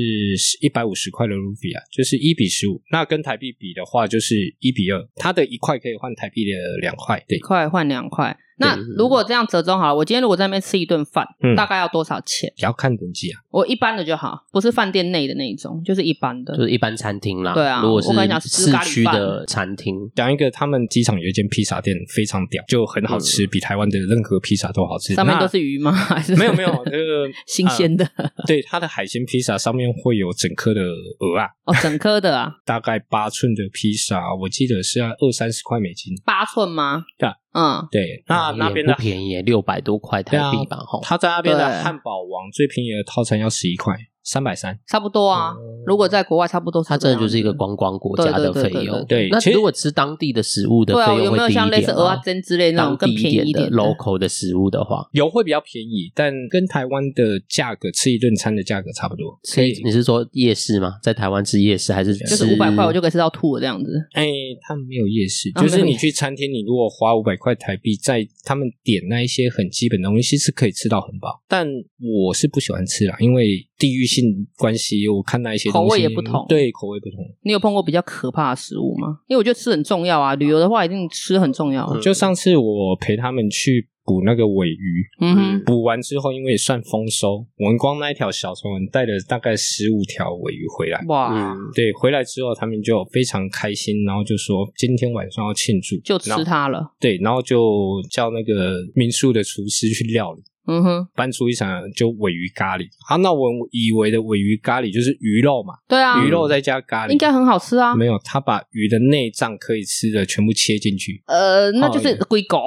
Speaker 3: 一百五十块的 Rufia，就是一比十五，那跟台币比的话就是一比二，它的一块可以换台币的两块，对
Speaker 2: 一，块换两块。那
Speaker 1: 对
Speaker 2: 如果这样折中好了，我今天如果在那边吃一顿饭，
Speaker 3: 嗯
Speaker 2: 大概要多少钱？
Speaker 3: 也要看等级啊。
Speaker 2: 我一般的就好，不是饭店内的那一种，就是一般的
Speaker 1: 就。是一般餐厅啦，
Speaker 2: 对啊
Speaker 1: 如果是
Speaker 2: 我刚才讲吃
Speaker 1: 市
Speaker 2: 咖喱
Speaker 1: 区
Speaker 2: 饭
Speaker 1: 的餐厅，
Speaker 3: 讲一个，他们机场有一间披萨店非常屌，就很好吃，比台湾的任何披萨都好吃。
Speaker 2: 嗯上面
Speaker 3: 那
Speaker 2: 都是鱼吗？还是
Speaker 3: 没有没有，那个
Speaker 2: 新鲜的
Speaker 1: 啊
Speaker 3: 呃对，它的海鲜披萨上面会有整颗的鹅啊，
Speaker 2: 哦，整颗 的啊，
Speaker 3: 大概八寸的披萨，我记得是要二三十块美金。
Speaker 2: 八寸吗？
Speaker 3: 对啊
Speaker 2: 嗯，
Speaker 3: 对，那
Speaker 1: 也
Speaker 3: 那边
Speaker 1: 不
Speaker 3: 的
Speaker 1: 便宜耶，六百多块
Speaker 3: 对
Speaker 1: 台
Speaker 3: 啊
Speaker 1: 币吧，吼。
Speaker 3: 他在那边
Speaker 2: 对
Speaker 3: 的汉堡王最便宜的套餐要十一块，三百三。
Speaker 2: 差不多啊。如果在国外，差不多是
Speaker 1: 哦它
Speaker 2: 这
Speaker 1: 真
Speaker 2: 样
Speaker 1: 的
Speaker 2: 子。
Speaker 1: 就是一个观光国家的费用。
Speaker 3: 对对对对对对
Speaker 1: 那
Speaker 3: 其实
Speaker 1: 如果吃当地的食物的
Speaker 2: 对啊，
Speaker 1: 费用
Speaker 2: 有没
Speaker 1: 会
Speaker 2: 有
Speaker 1: 低一
Speaker 2: 像类似
Speaker 1: 点
Speaker 2: 鹅啊
Speaker 1: 吗？
Speaker 2: 珍之类那种
Speaker 1: 当
Speaker 2: 更
Speaker 1: 地
Speaker 2: 便
Speaker 1: 一
Speaker 2: 宜
Speaker 1: 点的
Speaker 2: 的
Speaker 1: local 的食物的话，
Speaker 3: 油会比较便宜，但跟台湾的价格吃一顿餐的价格差不多。
Speaker 1: 所以你是说夜市吗？在台湾吃夜市还是就
Speaker 2: 就是五百块我就可以吃到吐了这样子。
Speaker 3: 哎，他们没有夜市，
Speaker 2: 啊
Speaker 3: 就是
Speaker 2: 没有
Speaker 3: 你去餐厅，你如果花五百块台币，在他们点那一些很基本的东西是可以吃到很饱，但我是不喜欢吃啦，因为地域性关系，我看那一些东西
Speaker 2: 口味也不同
Speaker 3: 对，口味不同。
Speaker 2: 你有碰过比较可怕的食物吗？因为我觉得吃很重要啊，旅游的话一定吃很重要啊。
Speaker 3: 就上次我陪他们去捕那个尾鱼，
Speaker 2: 嗯哼，
Speaker 3: 捕完之后因为也算丰收，我们光那一条小船，我们带了大概十五条尾鱼回来。
Speaker 2: 哇，
Speaker 1: 嗯，
Speaker 3: 对，回来之后他们就非常开心，然后就说今天晚上要庆祝，
Speaker 2: 就吃
Speaker 3: 然后
Speaker 2: 它了。
Speaker 3: 对，然后就叫那个民宿的厨师去料理，
Speaker 2: 嗯哼，
Speaker 3: 搬出一场就尾鱼咖喱。啊，那我以为的尾鱼咖喱就是鱼肉嘛，
Speaker 2: 对啊，
Speaker 3: 鱼肉再加咖喱，
Speaker 2: 应该很好吃啊。
Speaker 3: 没有，他把鱼的内脏可以吃的全部切进去，
Speaker 2: 呃，那就是
Speaker 3: 哦
Speaker 2: 龟狗，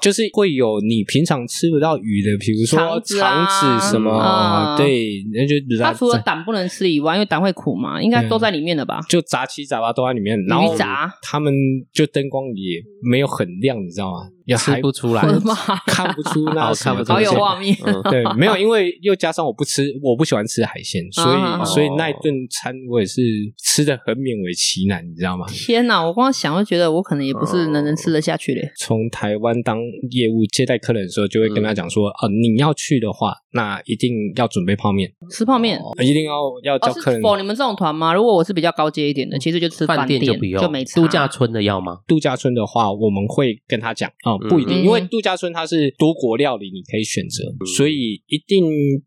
Speaker 3: 就是会有你平常吃不到鱼的，比如说
Speaker 2: 肠
Speaker 3: 肠
Speaker 2: 子啊
Speaker 3: 子什么，啊
Speaker 2: 嗯
Speaker 3: 对，那就
Speaker 2: 它除了胆不能吃以外，因为胆会苦嘛，应该
Speaker 3: 嗯
Speaker 2: 都在里面的 吧？
Speaker 3: 就杂七杂八都在里面，然后
Speaker 2: 鱼杂
Speaker 3: 他们就灯光也没有很亮，你知道吗？也
Speaker 1: 吃
Speaker 3: 还
Speaker 1: 不出来
Speaker 2: 我，的妈呀，
Speaker 3: 看不出那
Speaker 1: 好
Speaker 3: 什
Speaker 1: 看
Speaker 3: 么
Speaker 1: 不出
Speaker 2: 好有
Speaker 3: 东西
Speaker 2: 画面。
Speaker 1: 嗯
Speaker 3: 对，没有，因为又加上我不吃，我不喜欢吃海鲜，所以、
Speaker 2: 啊
Speaker 3: 所以那一顿餐我也是吃的很勉为其难，你知道吗？
Speaker 2: 天哪！我光想就觉得我可能也不是
Speaker 3: 哦
Speaker 2: 人人吃得下去嘞。
Speaker 3: 从台湾当业务接待客人的时候，就会跟他讲说，啊，你要去的话，那一定要准备泡面，
Speaker 2: 吃泡面
Speaker 3: 一定要要
Speaker 2: 哦，
Speaker 3: 叫客
Speaker 2: 是
Speaker 3: 人。
Speaker 2: 否你们这种团吗？如果我是比较高阶一点的，其实就 吃
Speaker 1: 饭
Speaker 2: 店
Speaker 1: 就不用，
Speaker 2: 没差
Speaker 1: 度假村的要吗？
Speaker 3: 度假村的话，我们会跟他讲啊、
Speaker 1: 嗯
Speaker 3: 不一定，
Speaker 2: 嗯
Speaker 3: 因为度假村它是多国料理，你可以选择，所以一定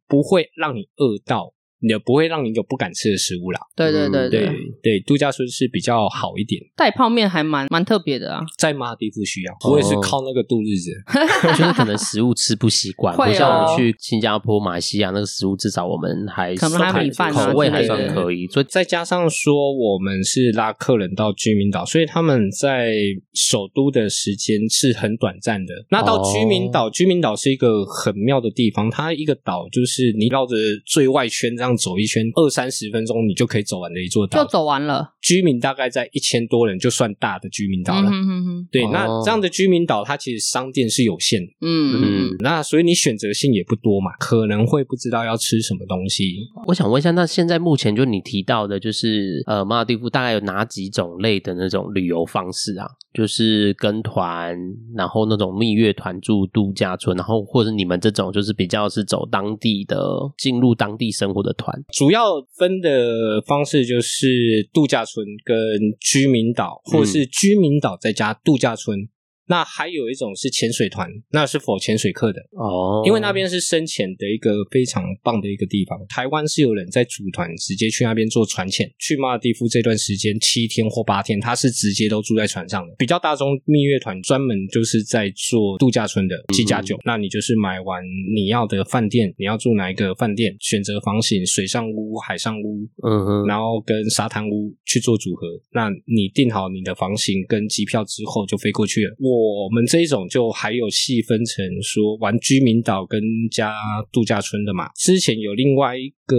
Speaker 3: 不会让你饿到，也不会让你有不敢吃的食物啦。
Speaker 2: 对对对
Speaker 1: 嗯
Speaker 3: 对
Speaker 2: 对，
Speaker 3: 对，度假村是比较好一点。
Speaker 2: 带泡面还蛮蛮特别的啊。
Speaker 3: 在马尔地夫需要，
Speaker 1: 哦
Speaker 3: 我也是靠那个度日子。
Speaker 1: 就是可能食物吃不习惯，
Speaker 2: 会
Speaker 1: 不
Speaker 2: 哦
Speaker 1: 像我们去新加坡、马来西亚那个食物，至少我们还
Speaker 2: 可能还有米饭啊
Speaker 1: 口味还
Speaker 2: 之类的
Speaker 1: 算可以，所以
Speaker 3: 再加上说我们是拉客人到居民岛，所以他们在首都的时间是很短暂的。那到居
Speaker 1: 哦
Speaker 3: 民岛，居民岛是一个很妙的地方，它一个岛就是你绕着最外圈这样走一圈，二三十分钟你就可以走完的一座
Speaker 2: 就
Speaker 3: 岛。
Speaker 2: 走完了。
Speaker 3: 居民大概在一千多人，就算大的居民岛
Speaker 2: 嗯
Speaker 3: 了。
Speaker 2: 哼哼哼，
Speaker 3: 对，
Speaker 1: 哦
Speaker 3: 那这样的居民岛，它其实商店是有限的，
Speaker 2: 嗯
Speaker 1: 嗯，
Speaker 3: 那所以你选择性也不多嘛，可能会不知道要吃什么东西，
Speaker 1: 我想问一下，那现在目前就你提到的，就是呃马尔地夫大概有哪几种类的那种旅游方式啊？就是跟团，然后那种蜜月团住度假村，然后或者你们这种就是比较是走当地的，进入当地生活的团。
Speaker 3: 主要分的方式就是度假村跟居民岛，或是居民岛再加度假村。那还有一种是潜水团，那是否潜水客的？
Speaker 1: 哦
Speaker 3: 因为那边是深潜的一个非常棒的一个地方。台湾是有人在组团直接去那边做船潜，去马尔地夫这段时间七天或八天，他是直接都住在船上的。比较大众蜜月团专门就是在做度假村的七加九，那你就是买完你要的饭店，你要住哪一个饭店，选择房型，水上屋、海上屋，
Speaker 1: 嗯哼，
Speaker 3: 然后跟沙滩屋去做组合。那你定好你的房型跟机票之后就飞过去了。我们这一种就还有细分成说玩居民岛跟加度假村的嘛。之前有另外一个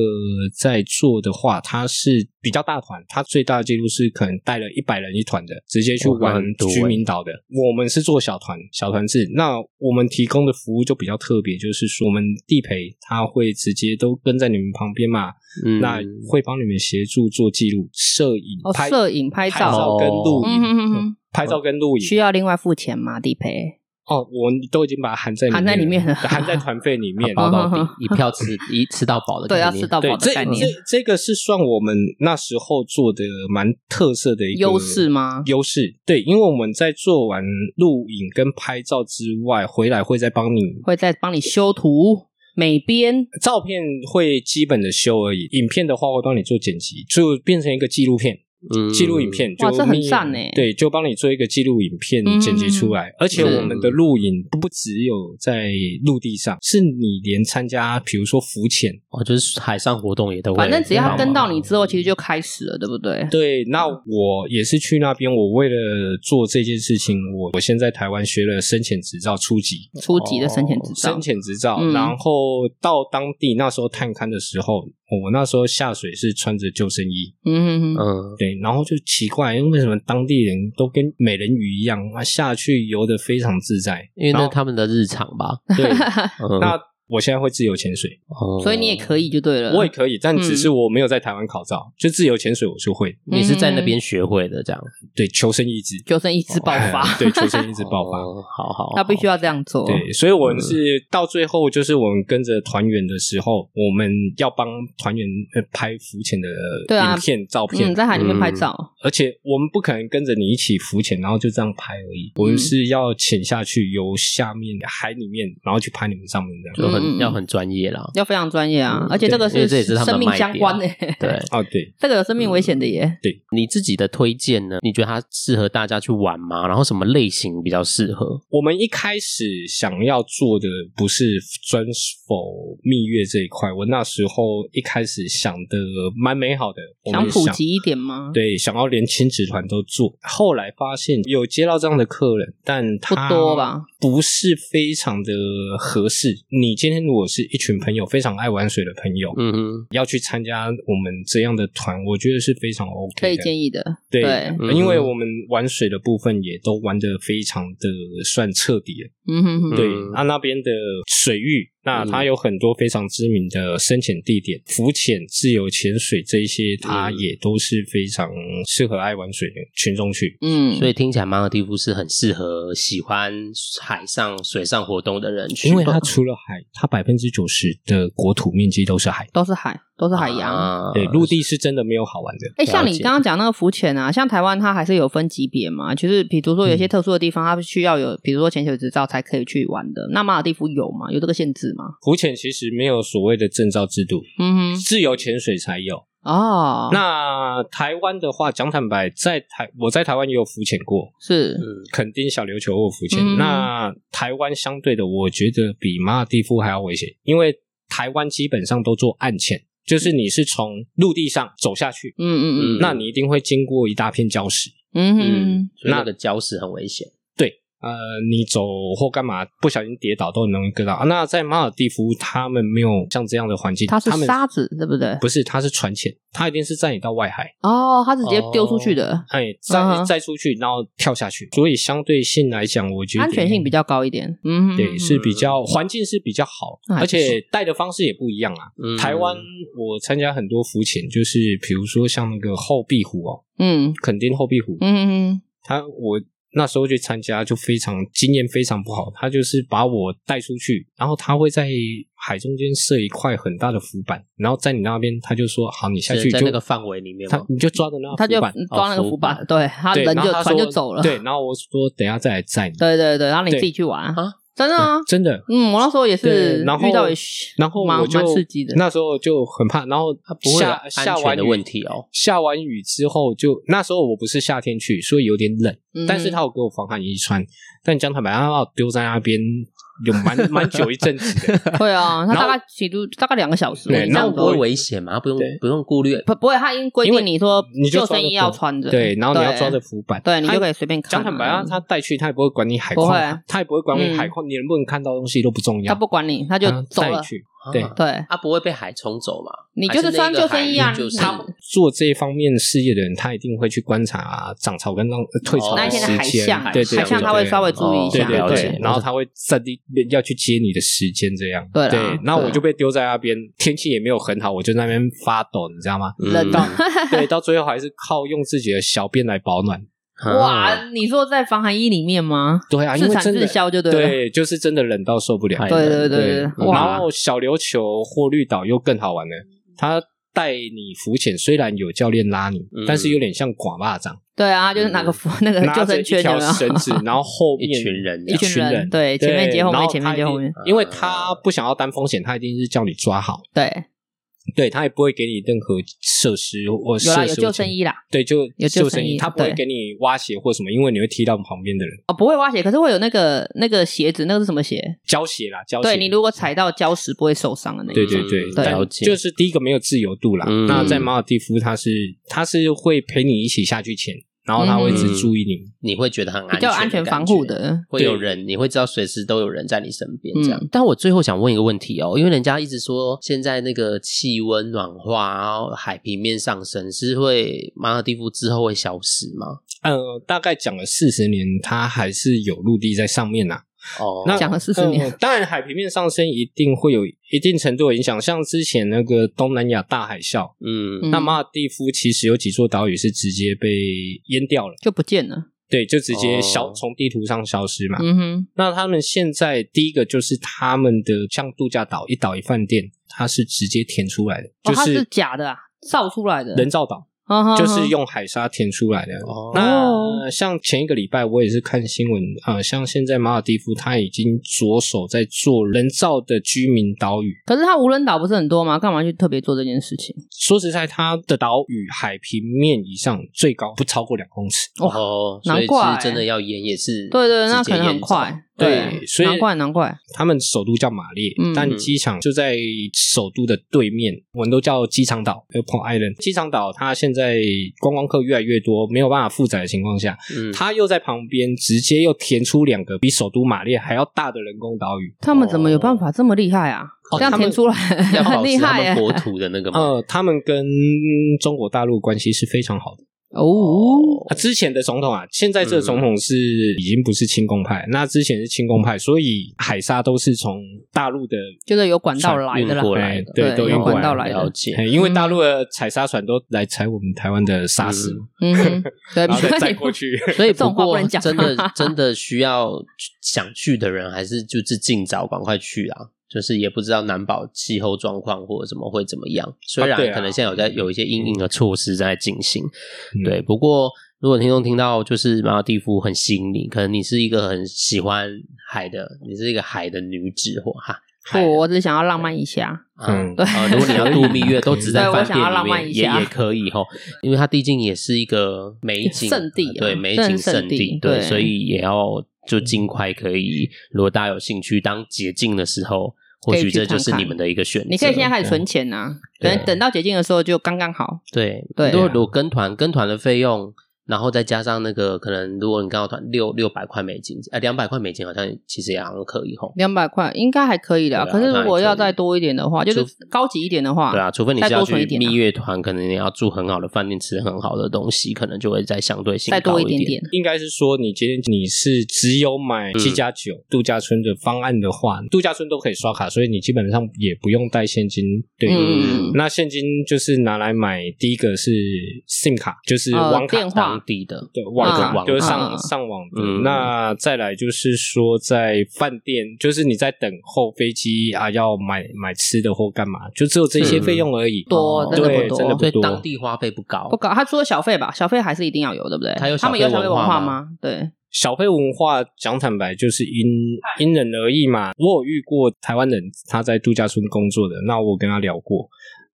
Speaker 3: 在做的话，它是比较大团，它最大的记录是可能带了一百人一团的，直接去
Speaker 1: 哇那
Speaker 3: 玩
Speaker 1: 很多欸
Speaker 3: 居民岛的。我们是做小团小团制，那我们提供的服务就比较特别，就是说我们地陪他会直接都跟在你们旁边嘛，
Speaker 1: 嗯
Speaker 3: 那会帮你们协助做记录、摄影、
Speaker 2: 哦
Speaker 3: 拍
Speaker 2: 摄影拍
Speaker 3: 拍
Speaker 2: 照
Speaker 3: 照跟录
Speaker 2: 嗯哼哼
Speaker 3: 影
Speaker 2: 哼、
Speaker 3: 拍照跟录影。
Speaker 2: 需要另外付钱吗？地陪？
Speaker 3: 哦，我们都已经把它含在
Speaker 2: 含在里面了
Speaker 3: 含在团费里面。
Speaker 1: 包到
Speaker 2: 嗯
Speaker 1: 底
Speaker 2: 哼，
Speaker 1: 一票吃一吃到饱的概
Speaker 2: 对，要
Speaker 1: 念，
Speaker 2: 吃到
Speaker 3: 对
Speaker 2: 饱，
Speaker 3: 这
Speaker 2: 的概
Speaker 3: 这
Speaker 2: 念，
Speaker 3: 这个是算我们那时候做的蛮特色的一个
Speaker 2: 优势吗？
Speaker 3: 优势对，因为我们在做完录影跟拍照之外，回来会再帮你
Speaker 2: 会再帮你修图、美编，
Speaker 3: 照片会基本的修而已，影片的话会帮你做剪辑，就变成一个纪录片。
Speaker 1: 嗯
Speaker 3: 记录影。片，就
Speaker 2: 哇这很
Speaker 3: 密
Speaker 2: 赞欸
Speaker 3: 对，就帮你做一个记录影片
Speaker 2: 嗯
Speaker 3: 剪辑出来，而且
Speaker 1: 是
Speaker 3: 我们的录影不只有在陆地上，是你连参加，比如说浮潜，
Speaker 1: 哦，就是海上活动也都会，啊
Speaker 2: 反正只要跟到
Speaker 1: 你。
Speaker 2: 你之后，其实就开始了，对不对？
Speaker 3: 对，那我也是去那边，我为了做这件事情，我我先在台湾学了深潜执照初级，
Speaker 2: 初级的深潜执照
Speaker 3: 深，潜执照，
Speaker 2: 嗯
Speaker 3: 然后到当地那时候探勘的时候，我那时候下水是穿着救生衣，
Speaker 2: 嗯哼哼，
Speaker 1: 嗯，
Speaker 3: 对，然后就奇怪，因为为什么当地人都跟美人鱼一样，啊下去游的非常自在？
Speaker 1: 因为那
Speaker 3: 然
Speaker 1: 是
Speaker 3: 后
Speaker 1: 他们的日常 吧。
Speaker 3: 对，
Speaker 1: 嗯
Speaker 3: 那我现在会自由潜水，
Speaker 1: 哦
Speaker 2: 所以你也可以就对了，
Speaker 3: 我也可以，但只
Speaker 2: 嗯
Speaker 3: 是我没有在台湾考照，就自由潜水我是会，
Speaker 1: 你是
Speaker 2: 嗯
Speaker 1: 在那边学会的，这样
Speaker 3: 对，求生意志
Speaker 2: 求生意志爆发，
Speaker 3: 对，求生意志爆发。
Speaker 1: 哦好好，
Speaker 2: 他必须
Speaker 1: 要
Speaker 2: 要这样做，
Speaker 3: 对，所以我们是
Speaker 2: 嗯
Speaker 3: 到最后，就是我们跟着团员的时候，我们要帮团员呃拍浮潜的
Speaker 2: 对啊
Speaker 3: 影片、照片
Speaker 2: 嗯，，在海里面拍照，
Speaker 3: 而且我们不可能跟着你一起浮潜，然后就这样拍而
Speaker 2: 嗯
Speaker 3: 已。我们是要潜下去，由下面海里面，然后去拍你们上面这样。
Speaker 1: 就很
Speaker 2: 嗯嗯
Speaker 1: 要很专业啦。
Speaker 2: 要非常专业啊
Speaker 1: 嗯，
Speaker 2: 而且这个
Speaker 1: 对因为这也是他们的
Speaker 2: 生命相关的，
Speaker 1: 对，
Speaker 3: 哦，对，
Speaker 2: 这个有生命危险的耶。
Speaker 1: 你自己的推荐呢？你觉得它适合大家去玩吗？然后什么类型比较适合？
Speaker 3: 我们一开始想要做的不是专否蜜月这一块，我那时候一开始想的蛮美好的，嗯我
Speaker 2: 想
Speaker 3: 们
Speaker 2: 普及一点吗？
Speaker 3: 对，想要连亲子团都做。后来发现有接到这样的客人，但他
Speaker 2: 不多吧？
Speaker 3: 不是非常的合适。你今天如果是一群朋友非常爱玩水的朋友，
Speaker 1: 嗯哼，
Speaker 3: 要去参加我们这样的团，我觉得是非常 OK 的。
Speaker 2: 可以建议的，
Speaker 3: 对，
Speaker 1: 嗯
Speaker 3: 因为我们玩水的部分也都玩得非常的算彻底了。
Speaker 2: 嗯哼哼，
Speaker 3: 对，
Speaker 1: 嗯
Speaker 3: 啊那边的水域，那
Speaker 1: 嗯
Speaker 3: 它有很多非常知名的深潜地点，浮潜、自由潜水这一些，它
Speaker 1: 嗯
Speaker 3: 也都是非常适合爱玩水的群众去。
Speaker 2: 嗯，
Speaker 1: 所以听起来马尔蒂夫是很适合喜欢海上水上活动的人去，
Speaker 3: 因为它除了海，它百分之九十的国土面积都是海，
Speaker 2: 都是海，都是海洋。
Speaker 1: 啊
Speaker 3: 对，陆地是真的没有好玩的。
Speaker 2: 哎，
Speaker 1: 了
Speaker 2: 像你
Speaker 1: 解
Speaker 2: 刚刚讲那个浮潜啊，像台湾它还是有分级别嘛，就是比如说有
Speaker 3: 嗯
Speaker 2: 些特殊的地方，它需要有，比如说潜水执照才可以去玩的。那马尔蒂夫有吗？有这个限制吗？
Speaker 3: 浮潜其实没有所谓的证照制度，
Speaker 2: 嗯哼，
Speaker 3: 自由潜水才有。
Speaker 2: 哦，
Speaker 3: 那台湾的话，讲坦白，在台我在台湾也有浮潜过，
Speaker 2: 是
Speaker 1: 嗯
Speaker 3: 垦丁小琉球我有浮潜。
Speaker 2: 嗯
Speaker 3: 那台湾相对的，我觉得比马尔蒂夫还要危险，因为台湾基本上都做暗潜，就是你是从陆地上走下去，
Speaker 2: 嗯嗯嗯
Speaker 1: 嗯
Speaker 3: 那你一定会经过一大片礁石。
Speaker 1: 嗯
Speaker 2: 嗯哼，，
Speaker 1: 所以那个礁石很危险，
Speaker 3: 呃，你走或干嘛不小心跌倒都很容易割到、啊那在马尔蒂夫，他们没有像这样的环境，
Speaker 2: 它是
Speaker 3: 他们
Speaker 2: 沙子，对不对？
Speaker 3: 不是，他是船潜，他一定是载你到外海。
Speaker 2: 哦，它是直接丢出去的，
Speaker 3: 哎，再、
Speaker 2: 嗯哼
Speaker 3: 再出去，然后跳下去，所以相对性来讲，我觉得
Speaker 2: 安全性比较高一点。嗯啊哼，
Speaker 3: 对，是比较环境是比较好，
Speaker 2: 那还
Speaker 3: 而
Speaker 2: 不错
Speaker 3: 且带的方式也不一样啊。
Speaker 1: 嗯
Speaker 3: 台湾我参加很多浮潜，就是比如说像那个后壁湖哦，
Speaker 2: 嗯
Speaker 3: 垦丁后壁湖，
Speaker 2: 嗯哼哼，
Speaker 3: 他我那时候去参加就非常经验非常不好，他就是把我带出去，然后他会在海中间设一块很大的浮板，然后在你那边他就说好，你下去
Speaker 1: 是在
Speaker 3: 就
Speaker 1: 那个范围里面
Speaker 3: 他
Speaker 1: 吗？
Speaker 3: 你就抓着那个
Speaker 2: 他就
Speaker 3: 浮板。
Speaker 2: 抓那个
Speaker 1: 哦
Speaker 2: 浮
Speaker 1: 浮
Speaker 2: 板，
Speaker 1: 板
Speaker 2: 对，他
Speaker 3: 对，
Speaker 2: 人
Speaker 3: 然后
Speaker 2: 就
Speaker 3: 他
Speaker 2: 船就
Speaker 3: 说
Speaker 2: 走了。
Speaker 3: 对，然后我说等一下再来载你。
Speaker 2: 对对对，然后你
Speaker 3: 对
Speaker 2: 自己去玩
Speaker 1: 啊，
Speaker 2: 真的啊，
Speaker 3: 真的。
Speaker 2: 嗯，我那时候也
Speaker 3: 对
Speaker 2: 是
Speaker 3: 然后
Speaker 2: 遇到也，
Speaker 3: 然后
Speaker 2: 蛮
Speaker 3: 我就
Speaker 2: 蛮刺激的。
Speaker 3: 那时候就很怕，然后
Speaker 1: 它不会有
Speaker 3: 下下
Speaker 1: 安全
Speaker 3: 完
Speaker 1: 的
Speaker 3: 雨
Speaker 1: 问题哦。
Speaker 3: 下完雨之后就那时候我不是夏天去，所以有点冷，
Speaker 2: 嗯
Speaker 3: 但是他有给我防寒衣穿。但讲坦白，他把我丢在那边有蛮蛮久一阵子的，
Speaker 2: 对啊，他
Speaker 3: 然后
Speaker 2: 大概几度大概两个小时，
Speaker 3: 对
Speaker 2: 我印
Speaker 1: 那
Speaker 3: 然
Speaker 2: 象
Speaker 3: 后
Speaker 1: 不会
Speaker 2: 中
Speaker 1: 危险吗？不用
Speaker 3: 对
Speaker 1: 不用顾虑，
Speaker 2: 不不会，他已经规
Speaker 3: 因为
Speaker 2: 定你说
Speaker 3: 你就
Speaker 2: 救
Speaker 3: 抓
Speaker 2: 生
Speaker 3: 着
Speaker 2: 衣要
Speaker 3: 浮
Speaker 2: 穿着，
Speaker 3: 对，然后你要
Speaker 2: 对
Speaker 3: 抓着浮板，
Speaker 2: 对你就可
Speaker 3: 以。
Speaker 2: 以随便看。
Speaker 3: 讲坦白啊，他带去他也不会管你海
Speaker 2: 不会
Speaker 3: 况，他也不会管你海
Speaker 2: 嗯
Speaker 3: 况，你能不能看到东西都不重要，
Speaker 2: 他不管你，他就
Speaker 3: 他
Speaker 2: 走
Speaker 3: 带
Speaker 2: 了。
Speaker 3: 去。
Speaker 1: 啊
Speaker 3: 对
Speaker 2: 对，
Speaker 1: 它不会被海冲走嘛？
Speaker 2: 你
Speaker 1: 还
Speaker 2: 就是是穿
Speaker 1: 那个
Speaker 2: 救生衣啊
Speaker 1: 海域就是
Speaker 2: 你
Speaker 3: 做这一方面事业的人，他一定会去观察、涨潮跟浪、呃退潮
Speaker 1: 哦
Speaker 2: 那一天的海
Speaker 3: 时间，
Speaker 2: 象，啊
Speaker 3: 对对对哦
Speaker 2: 海象他会稍微注意一
Speaker 3: 对
Speaker 2: 下。
Speaker 3: 对嗯
Speaker 1: 了解
Speaker 3: 对，然后他会在地要去接你的时间，这样
Speaker 2: 对啦
Speaker 3: 然后我
Speaker 2: 对
Speaker 3: 就被丢在那边，天气也没有很好，我就在那边发抖，你知 道吗？
Speaker 2: 冷到
Speaker 1: 到
Speaker 3: 对，到最后还是靠用自己的小便来保暖。
Speaker 2: 哇，你说在防寒衣里面吗？
Speaker 3: 对 啊，因
Speaker 2: 自
Speaker 3: 为
Speaker 2: 产
Speaker 3: 真
Speaker 2: 自
Speaker 3: 的
Speaker 2: 销就对了。
Speaker 3: 对，就是真的冷到受不了。
Speaker 1: 太
Speaker 2: 对
Speaker 1: 冷
Speaker 2: 对
Speaker 1: 了
Speaker 2: 对对，
Speaker 3: 然
Speaker 2: 哇，
Speaker 3: 后小琉球或绿岛又更好玩了，他带你浮潜，虽然有教练拉你，
Speaker 1: 嗯
Speaker 3: 但是有点像寡蚂蚱。
Speaker 2: 对啊，就是拿个浮那个
Speaker 3: 嗯拿
Speaker 2: 救
Speaker 3: 着
Speaker 2: 生
Speaker 3: 一
Speaker 2: 圈有
Speaker 3: 条
Speaker 2: 没有？
Speaker 3: 绳子，然后后面
Speaker 1: 一群人
Speaker 3: 一群
Speaker 2: 一群
Speaker 3: 人，
Speaker 2: 人对前面接后面
Speaker 3: 然他
Speaker 2: 前面接
Speaker 3: 一定
Speaker 2: 后面
Speaker 3: 因为他不想要担风险，他一定是叫你抓好，
Speaker 2: 对，
Speaker 3: 对他也不会给你任何设施或
Speaker 2: 有
Speaker 3: 设
Speaker 2: 啦，
Speaker 3: 施
Speaker 2: 有救生，衣啦，
Speaker 3: 对，就
Speaker 2: 有救
Speaker 3: 救
Speaker 2: 生
Speaker 3: 生
Speaker 2: 衣
Speaker 3: 他不会
Speaker 2: 对
Speaker 3: 给你挖鞋或什么，因为你会踢到旁边的人，
Speaker 2: 哦，不会挖鞋，可是会有那个那个鞋子，那个是什么鞋？
Speaker 3: 胶鞋啦，胶鞋，
Speaker 2: 对你如果踩到礁石不会受伤的那一
Speaker 3: 对
Speaker 2: 种。
Speaker 3: 对
Speaker 1: 嗯
Speaker 3: 对，
Speaker 1: 对
Speaker 3: 但
Speaker 1: 了解
Speaker 3: 就是第一个没有自由度啦。
Speaker 1: 嗯
Speaker 3: 那在马尔蒂夫，他是他是会陪你一起下去潜，然后他会
Speaker 2: 嗯
Speaker 3: 只注意你，
Speaker 1: 你会觉得很安
Speaker 2: 比较安全
Speaker 1: 全的感
Speaker 2: 防
Speaker 1: 觉
Speaker 2: 护，的，
Speaker 1: 会有人，你会知道随时都有人在你身边这样
Speaker 2: 嗯。
Speaker 1: 但我最后想问一个问题哦，因为人家一直说现在那个气温暖化，然后海平面上升，是会马尔蒂夫之后会消失吗？
Speaker 3: 呃，大概讲了四十年，他还是有陆地在上面啦。
Speaker 1: 哦，
Speaker 3: 那
Speaker 2: 讲了40年
Speaker 3: 呃当然海平面上升一定会有一定程度的影响，像之前那个东南亚大海啸，
Speaker 1: 嗯
Speaker 2: 嗯
Speaker 3: 那马尔蒂夫其实有几座岛屿是直接被淹掉了，
Speaker 2: 就不见了。
Speaker 3: 对，就直接消
Speaker 1: 哦
Speaker 3: 从地图上消失嘛。
Speaker 2: 嗯哼，
Speaker 3: 那他们现在第一个就是他们的像度假岛一岛一饭店，它是直接填出来的，
Speaker 2: 哦，
Speaker 3: 就
Speaker 2: 它是
Speaker 3: 是
Speaker 2: 假的啊，造出来的，
Speaker 3: 人造岛，
Speaker 2: 嗯哼
Speaker 3: 就是用海沙填出来的。
Speaker 1: 哦
Speaker 3: 那像前一个礼拜我也是看新闻，呃，像现在马尔蒂夫他已经着手在做人造的居民岛屿。
Speaker 2: 可是它无人岛不是很多吗？干嘛去特别做这件事情？
Speaker 3: 说实在，它的岛屿海平面以上最高不超过两公尺。
Speaker 1: 哦，所以
Speaker 2: 难怪
Speaker 1: 是真的要淹也是
Speaker 2: 对对，那
Speaker 1: 直接
Speaker 2: 可能很
Speaker 1: 淹走
Speaker 2: 快，对，啊
Speaker 3: 所以
Speaker 2: 难怪难怪，
Speaker 3: 他们首都叫马列，
Speaker 2: 嗯
Speaker 3: 但机场就在首都的对面，我们都叫机场岛 （Airport Island）。机场岛它现在观光客越来越多，没有办法负载的情况下，
Speaker 1: 嗯，
Speaker 3: 它又在旁边直接又填出两个比首都马列还要大的人工岛屿。
Speaker 2: 他们怎么有办法这么厉害啊？
Speaker 3: 哦
Speaker 2: 这样
Speaker 3: 他们
Speaker 2: 填出来
Speaker 1: 要
Speaker 2: 很
Speaker 1: 保
Speaker 2: 厉
Speaker 1: 持他
Speaker 2: 害耶
Speaker 1: 们！国土的那 个嘛，
Speaker 3: 呃，他们跟中国大陆关系是非常好的。
Speaker 2: 哦，
Speaker 3: 啊，之前的总统啊，现在这个总
Speaker 2: 嗯
Speaker 3: 统是已经不是亲共派，那之前是亲共派，所以海沙都是从大陆的哎
Speaker 2: 就是有管道来
Speaker 1: 运
Speaker 2: 的啦，
Speaker 1: 过来的，
Speaker 3: 对对都
Speaker 2: 有
Speaker 3: 运过
Speaker 2: 管
Speaker 3: 来
Speaker 2: 道来嗯
Speaker 1: 了
Speaker 2: 的，
Speaker 1: 解。
Speaker 3: 嘿因为大陆的采砂船都来采我们台湾的砂石，
Speaker 1: 嗯
Speaker 2: 嗯哼，对，
Speaker 3: 然后
Speaker 2: 没
Speaker 3: 再
Speaker 2: 关
Speaker 3: 载
Speaker 2: 系，
Speaker 3: 过去。
Speaker 1: 所以 不
Speaker 2: 这
Speaker 1: 啊
Speaker 2: 种话不
Speaker 1: 过
Speaker 2: 能讲
Speaker 1: 真 的真的需要想去的人，还是就是尽早赶快去啊。就是也不知道难保气候状况或者怎么会怎么样，虽然
Speaker 3: 对啊
Speaker 1: 可能现在有在有一些阴影的措施在进行，
Speaker 3: 嗯
Speaker 1: 对。不过如果听众听到就是马尔蒂夫很吸引你，可能你是一个很喜欢海的，你是一个海的女子或哈。海的
Speaker 2: 不，我只是想要浪漫一下。
Speaker 1: 嗯，
Speaker 2: 对
Speaker 1: 啊，如果你 要度蜜月，都只在
Speaker 2: 对
Speaker 1: 饭
Speaker 2: 我想要
Speaker 1: 店里
Speaker 2: 浪漫
Speaker 1: 面
Speaker 2: 一
Speaker 1: 也
Speaker 2: 下
Speaker 1: 也可以吼，因为它毕竟也是一个美景
Speaker 2: 圣地啊
Speaker 1: 对美
Speaker 2: 真
Speaker 1: 景
Speaker 2: 的是
Speaker 1: 圣
Speaker 2: 圣地
Speaker 1: 地，对，
Speaker 2: 对嗯
Speaker 1: 所以也要就尽快可以，如果大家有兴趣当捷径的时候，或
Speaker 2: 可以
Speaker 1: 许
Speaker 2: 去
Speaker 1: 这就是
Speaker 2: 看看
Speaker 1: 你们的一个选择。
Speaker 2: 你可以现在开始存钱呐，
Speaker 1: 对
Speaker 2: 等等到解禁的时候就刚刚好。
Speaker 1: 对
Speaker 2: 对啊
Speaker 1: 如果如果跟团跟团的费用。然后再加上那个，可能如果你刚好团六六百块美金，呃，两百块美金好像其实也好像可以吼。
Speaker 2: 两百块应该还可以的、
Speaker 1: 对啊
Speaker 2: 可是如果要
Speaker 1: 当然可以
Speaker 2: 再多一点的话，就是高级一点的话，
Speaker 1: 对啊，除非你是
Speaker 2: 再
Speaker 1: 要
Speaker 2: 多存
Speaker 1: 去
Speaker 2: 一点啊
Speaker 1: 蜜月团，可能你要住很好的饭店，吃很好的东西，可能就会再相对性
Speaker 2: 再
Speaker 1: 高
Speaker 2: 多
Speaker 1: 一
Speaker 2: 一点
Speaker 1: 点
Speaker 2: 点。。
Speaker 3: 应该是说，你今天你是只有买七加九度假村的方案的话，度假村都可以刷卡，所以你基本上也不用带现金。对，
Speaker 2: 嗯
Speaker 3: 那现金就是拿来买第一个是 SIM 卡，就是
Speaker 2: 呃
Speaker 3: 网卡
Speaker 2: 电话
Speaker 1: 当地的
Speaker 3: 对，网
Speaker 2: 啊
Speaker 3: 卡嗯就是上、
Speaker 2: 啊
Speaker 3: 上网的、
Speaker 1: 嗯
Speaker 3: 那再来就是说，在饭店，就是你在等候飞机啊，要买买吃的或干嘛，就只有这些
Speaker 1: 嗯
Speaker 3: 费用而已。
Speaker 2: 多
Speaker 1: 哦
Speaker 2: 真的不
Speaker 3: 对
Speaker 2: 多
Speaker 3: 真的不
Speaker 1: 所以
Speaker 3: 多。
Speaker 1: 当地花费不高，
Speaker 2: 不高。他除了小费吧，小费还是一定要有，对不对？
Speaker 1: 他有小
Speaker 2: 他
Speaker 1: 费
Speaker 2: 们有小费
Speaker 1: 文
Speaker 2: 文
Speaker 1: 化
Speaker 2: 化
Speaker 1: 吗
Speaker 2: 吗？对，
Speaker 3: 小费文化讲坦白就是因因人而异嘛。我有遇过台湾人，他在度假村工作的，那我跟他聊过，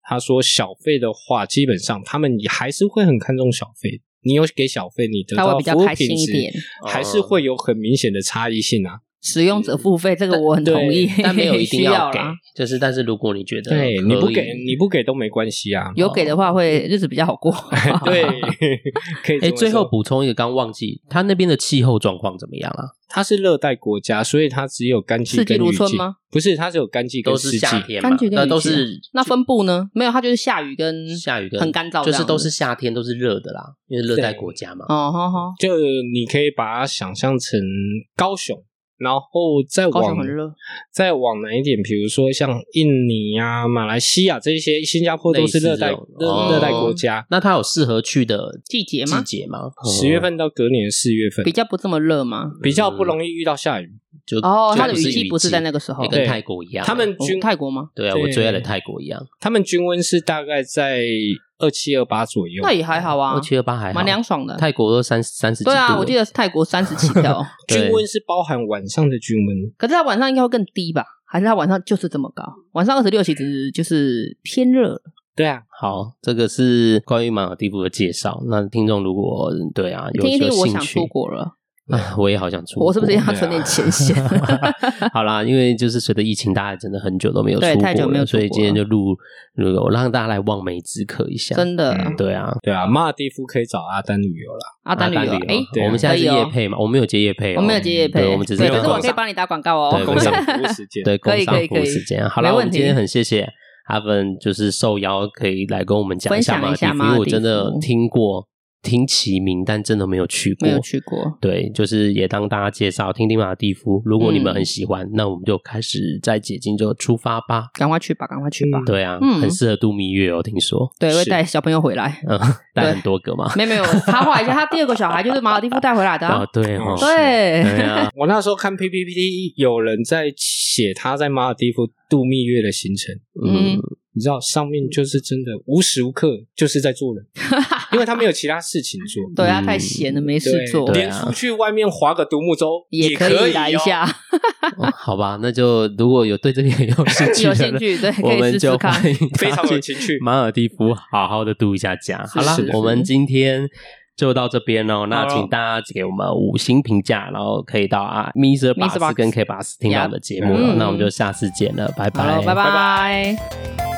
Speaker 3: 他说小费的话，基本上他们也还是会很看重小费。你有给小费，你得
Speaker 2: 他
Speaker 3: 到
Speaker 2: 会比较
Speaker 3: 服务
Speaker 2: 开心
Speaker 3: 品
Speaker 2: 一
Speaker 3: 质
Speaker 2: 点。
Speaker 3: 还是会有很明显的差异性啊。
Speaker 2: 使用者付费这个我很同意，
Speaker 1: 嗯但 没有一定
Speaker 2: 需
Speaker 1: 要
Speaker 2: 要
Speaker 1: 给
Speaker 2: 啦。。
Speaker 1: 就是，但是如果你觉得
Speaker 3: 对，
Speaker 1: 可
Speaker 3: 你不
Speaker 1: 以
Speaker 3: 给，你不给都没关系啊。
Speaker 2: 有
Speaker 1: 哦
Speaker 2: 给的话会日子比较 好过。
Speaker 3: 对，可以这么说。
Speaker 1: 哎，最后补充一个，刚忘记，他那边的气候状况怎么样啊？
Speaker 3: 它是热带国家，所以它只有干季
Speaker 2: 四季
Speaker 3: 跟
Speaker 2: 如
Speaker 3: 雨
Speaker 2: 春
Speaker 3: 季
Speaker 2: 吗？
Speaker 3: 不是，它只有干季跟
Speaker 1: 都
Speaker 3: 湿
Speaker 1: 是
Speaker 3: 季。
Speaker 1: 夏天嘛
Speaker 2: 干季，跟
Speaker 1: 那
Speaker 2: 雨季
Speaker 1: 都是
Speaker 2: 那分布呢？没有，它就是下雨跟
Speaker 1: 下雨跟
Speaker 2: 很干燥
Speaker 1: 就
Speaker 2: 这样子，
Speaker 1: 是都是夏天，都是热的啦，因为热带国家嘛。
Speaker 2: 哦，吼吼，
Speaker 3: 就你可以把它想象成高雄，然后再
Speaker 2: 高雄
Speaker 3: 往
Speaker 2: 很热，
Speaker 3: 再往南一点，比如说像印尼啊、马来西亚这些，新加坡都是热带
Speaker 1: 类似这种
Speaker 3: 热
Speaker 1: 哦
Speaker 3: 热带国家。
Speaker 1: 那它有适合去的
Speaker 2: 季节
Speaker 1: 季
Speaker 2: 吗？
Speaker 1: 节吗？
Speaker 3: 十月份到隔年的四月份
Speaker 2: 比较不这么热吗？
Speaker 3: 比较不容易遇到下雨，
Speaker 1: 就
Speaker 2: 哦，
Speaker 1: 就
Speaker 2: 它的雨
Speaker 1: 季
Speaker 2: 季不是在那个时哦候
Speaker 1: 也，跟
Speaker 3: 对
Speaker 1: 泰国一样。啊
Speaker 3: 他们
Speaker 2: 哦
Speaker 3: 均
Speaker 2: 泰国吗？
Speaker 1: 对啊，我
Speaker 3: 对
Speaker 1: 最爱的泰国一样，
Speaker 3: 他们均温是大概在二七二八左右
Speaker 2: 那。也还好啊
Speaker 1: 二，七二八还好
Speaker 2: 蛮凉爽的。
Speaker 1: 泰国都三三十几度
Speaker 2: 对
Speaker 1: 了，
Speaker 2: 啊，我记得是泰国三十起 跳，
Speaker 1: 对
Speaker 3: 均温是包含晚上的均温，
Speaker 2: 可是它晚上应该会更低吧？还是它晚上就是这么高？晚上二十六其实就是偏热了。
Speaker 3: 对啊，
Speaker 1: 好，这个是关于马尔蒂夫的介绍。那听众如果对啊有
Speaker 2: 听一听
Speaker 1: 有，
Speaker 2: 我
Speaker 1: 兴
Speaker 2: 想
Speaker 1: 趣
Speaker 2: 出国了，
Speaker 1: 啊，我也好想出国。
Speaker 2: 我是不是要存点钱先？
Speaker 1: 啊好啦，因为就是随着疫情，大家真的很久都没有出国
Speaker 2: 对
Speaker 1: 了，
Speaker 2: 太久没有出
Speaker 1: 所
Speaker 2: 国
Speaker 1: 以今天
Speaker 2: 了
Speaker 1: 就录录个，我让大家来望梅止渴一下。
Speaker 2: 真的，
Speaker 3: 嗯
Speaker 1: 对啊，
Speaker 3: 对啊，马尔蒂夫可以找阿丹旅游啦。
Speaker 2: 阿丹旅游，哎，
Speaker 1: 对，啊
Speaker 3: 啊
Speaker 1: 我们现在是
Speaker 2: 可以哦
Speaker 1: 夜配嘛，我们有接夜配哦，
Speaker 2: 我没有接业配
Speaker 1: 对，我们只是
Speaker 2: 对，可
Speaker 1: 刚
Speaker 2: 是
Speaker 1: 好
Speaker 2: 我可以帮你打广告
Speaker 1: 对
Speaker 2: 哦。
Speaker 3: 工商服务时 间。
Speaker 1: 对，
Speaker 2: 可
Speaker 1: 工
Speaker 2: 以
Speaker 1: 商
Speaker 2: 可以
Speaker 1: 服务
Speaker 2: 可以
Speaker 1: 时间。好啦，
Speaker 2: 没
Speaker 1: 我
Speaker 2: 问
Speaker 1: 们
Speaker 2: 题
Speaker 1: 今天很谢谢阿芬，就是受邀可以来跟我们讲
Speaker 2: 分
Speaker 1: 下
Speaker 2: 享
Speaker 1: 马尔
Speaker 2: 一
Speaker 1: 蒂
Speaker 2: 下
Speaker 1: 夫，
Speaker 2: 马
Speaker 1: 因为
Speaker 2: 尔
Speaker 1: 我
Speaker 2: 蒂
Speaker 1: 真的
Speaker 2: 夫
Speaker 1: 听过听其名，但真的没有去过，
Speaker 2: 没有去过，
Speaker 1: 对，就是也当大家介绍听听马尔蒂夫。如果你们
Speaker 2: 嗯
Speaker 1: 很喜欢，那我们就开始在解禁就出发吧。
Speaker 2: 赶快去吧，赶快去吧。
Speaker 1: 对啊，
Speaker 2: 嗯
Speaker 1: 很适合度蜜月哦，听说。
Speaker 2: 对，会
Speaker 3: 是
Speaker 2: 带小朋友回来。
Speaker 1: 嗯， 带
Speaker 2: 对
Speaker 1: 很多个嘛。
Speaker 2: 没有没有，插话一下，他第二个小孩就是马尔蒂夫带回来的啊嗯
Speaker 1: 啊，。对哦，
Speaker 2: 对，
Speaker 1: 对啊，
Speaker 3: 我那时候看 PPT，有人在写他在马尔蒂夫度蜜月的行程，
Speaker 1: 嗯
Speaker 2: 嗯，
Speaker 3: 你知道上面就是真的无时无刻就是 在做人，因为他没有其他事情做。
Speaker 2: 对
Speaker 1: 嗯
Speaker 2: 啊他太闲了，没事
Speaker 3: 对
Speaker 2: 做，
Speaker 1: 对
Speaker 3: 连出去外面划个独木舟
Speaker 2: 也
Speaker 3: 可
Speaker 2: 以
Speaker 3: 以
Speaker 2: 来一
Speaker 3: 哦。
Speaker 2: 下。
Speaker 1: 哦好吧，那就如果有对这个有兴趣
Speaker 2: 有
Speaker 1: 的
Speaker 2: 兴
Speaker 1: 人
Speaker 2: 趣对可以
Speaker 1: 我们
Speaker 2: 试试
Speaker 1: 就
Speaker 2: 看
Speaker 1: 欢迎
Speaker 3: 非
Speaker 1: 他
Speaker 3: 常有
Speaker 1: 去
Speaker 3: 情趣
Speaker 1: 马尔蒂夫好好的度一下假。好啦
Speaker 3: 是，
Speaker 1: 我们今天就到这边哦。那
Speaker 3: 好咯
Speaker 1: 请大家给我们五星评价，然后可以到啊 Mr. b u
Speaker 2: Mr.
Speaker 1: s
Speaker 2: Box
Speaker 1: 跟 K b u s 听到我们的节目了。
Speaker 2: 嗯
Speaker 1: 那我们就下次见了，拜
Speaker 2: 好
Speaker 1: 拜，
Speaker 2: 了，拜。拜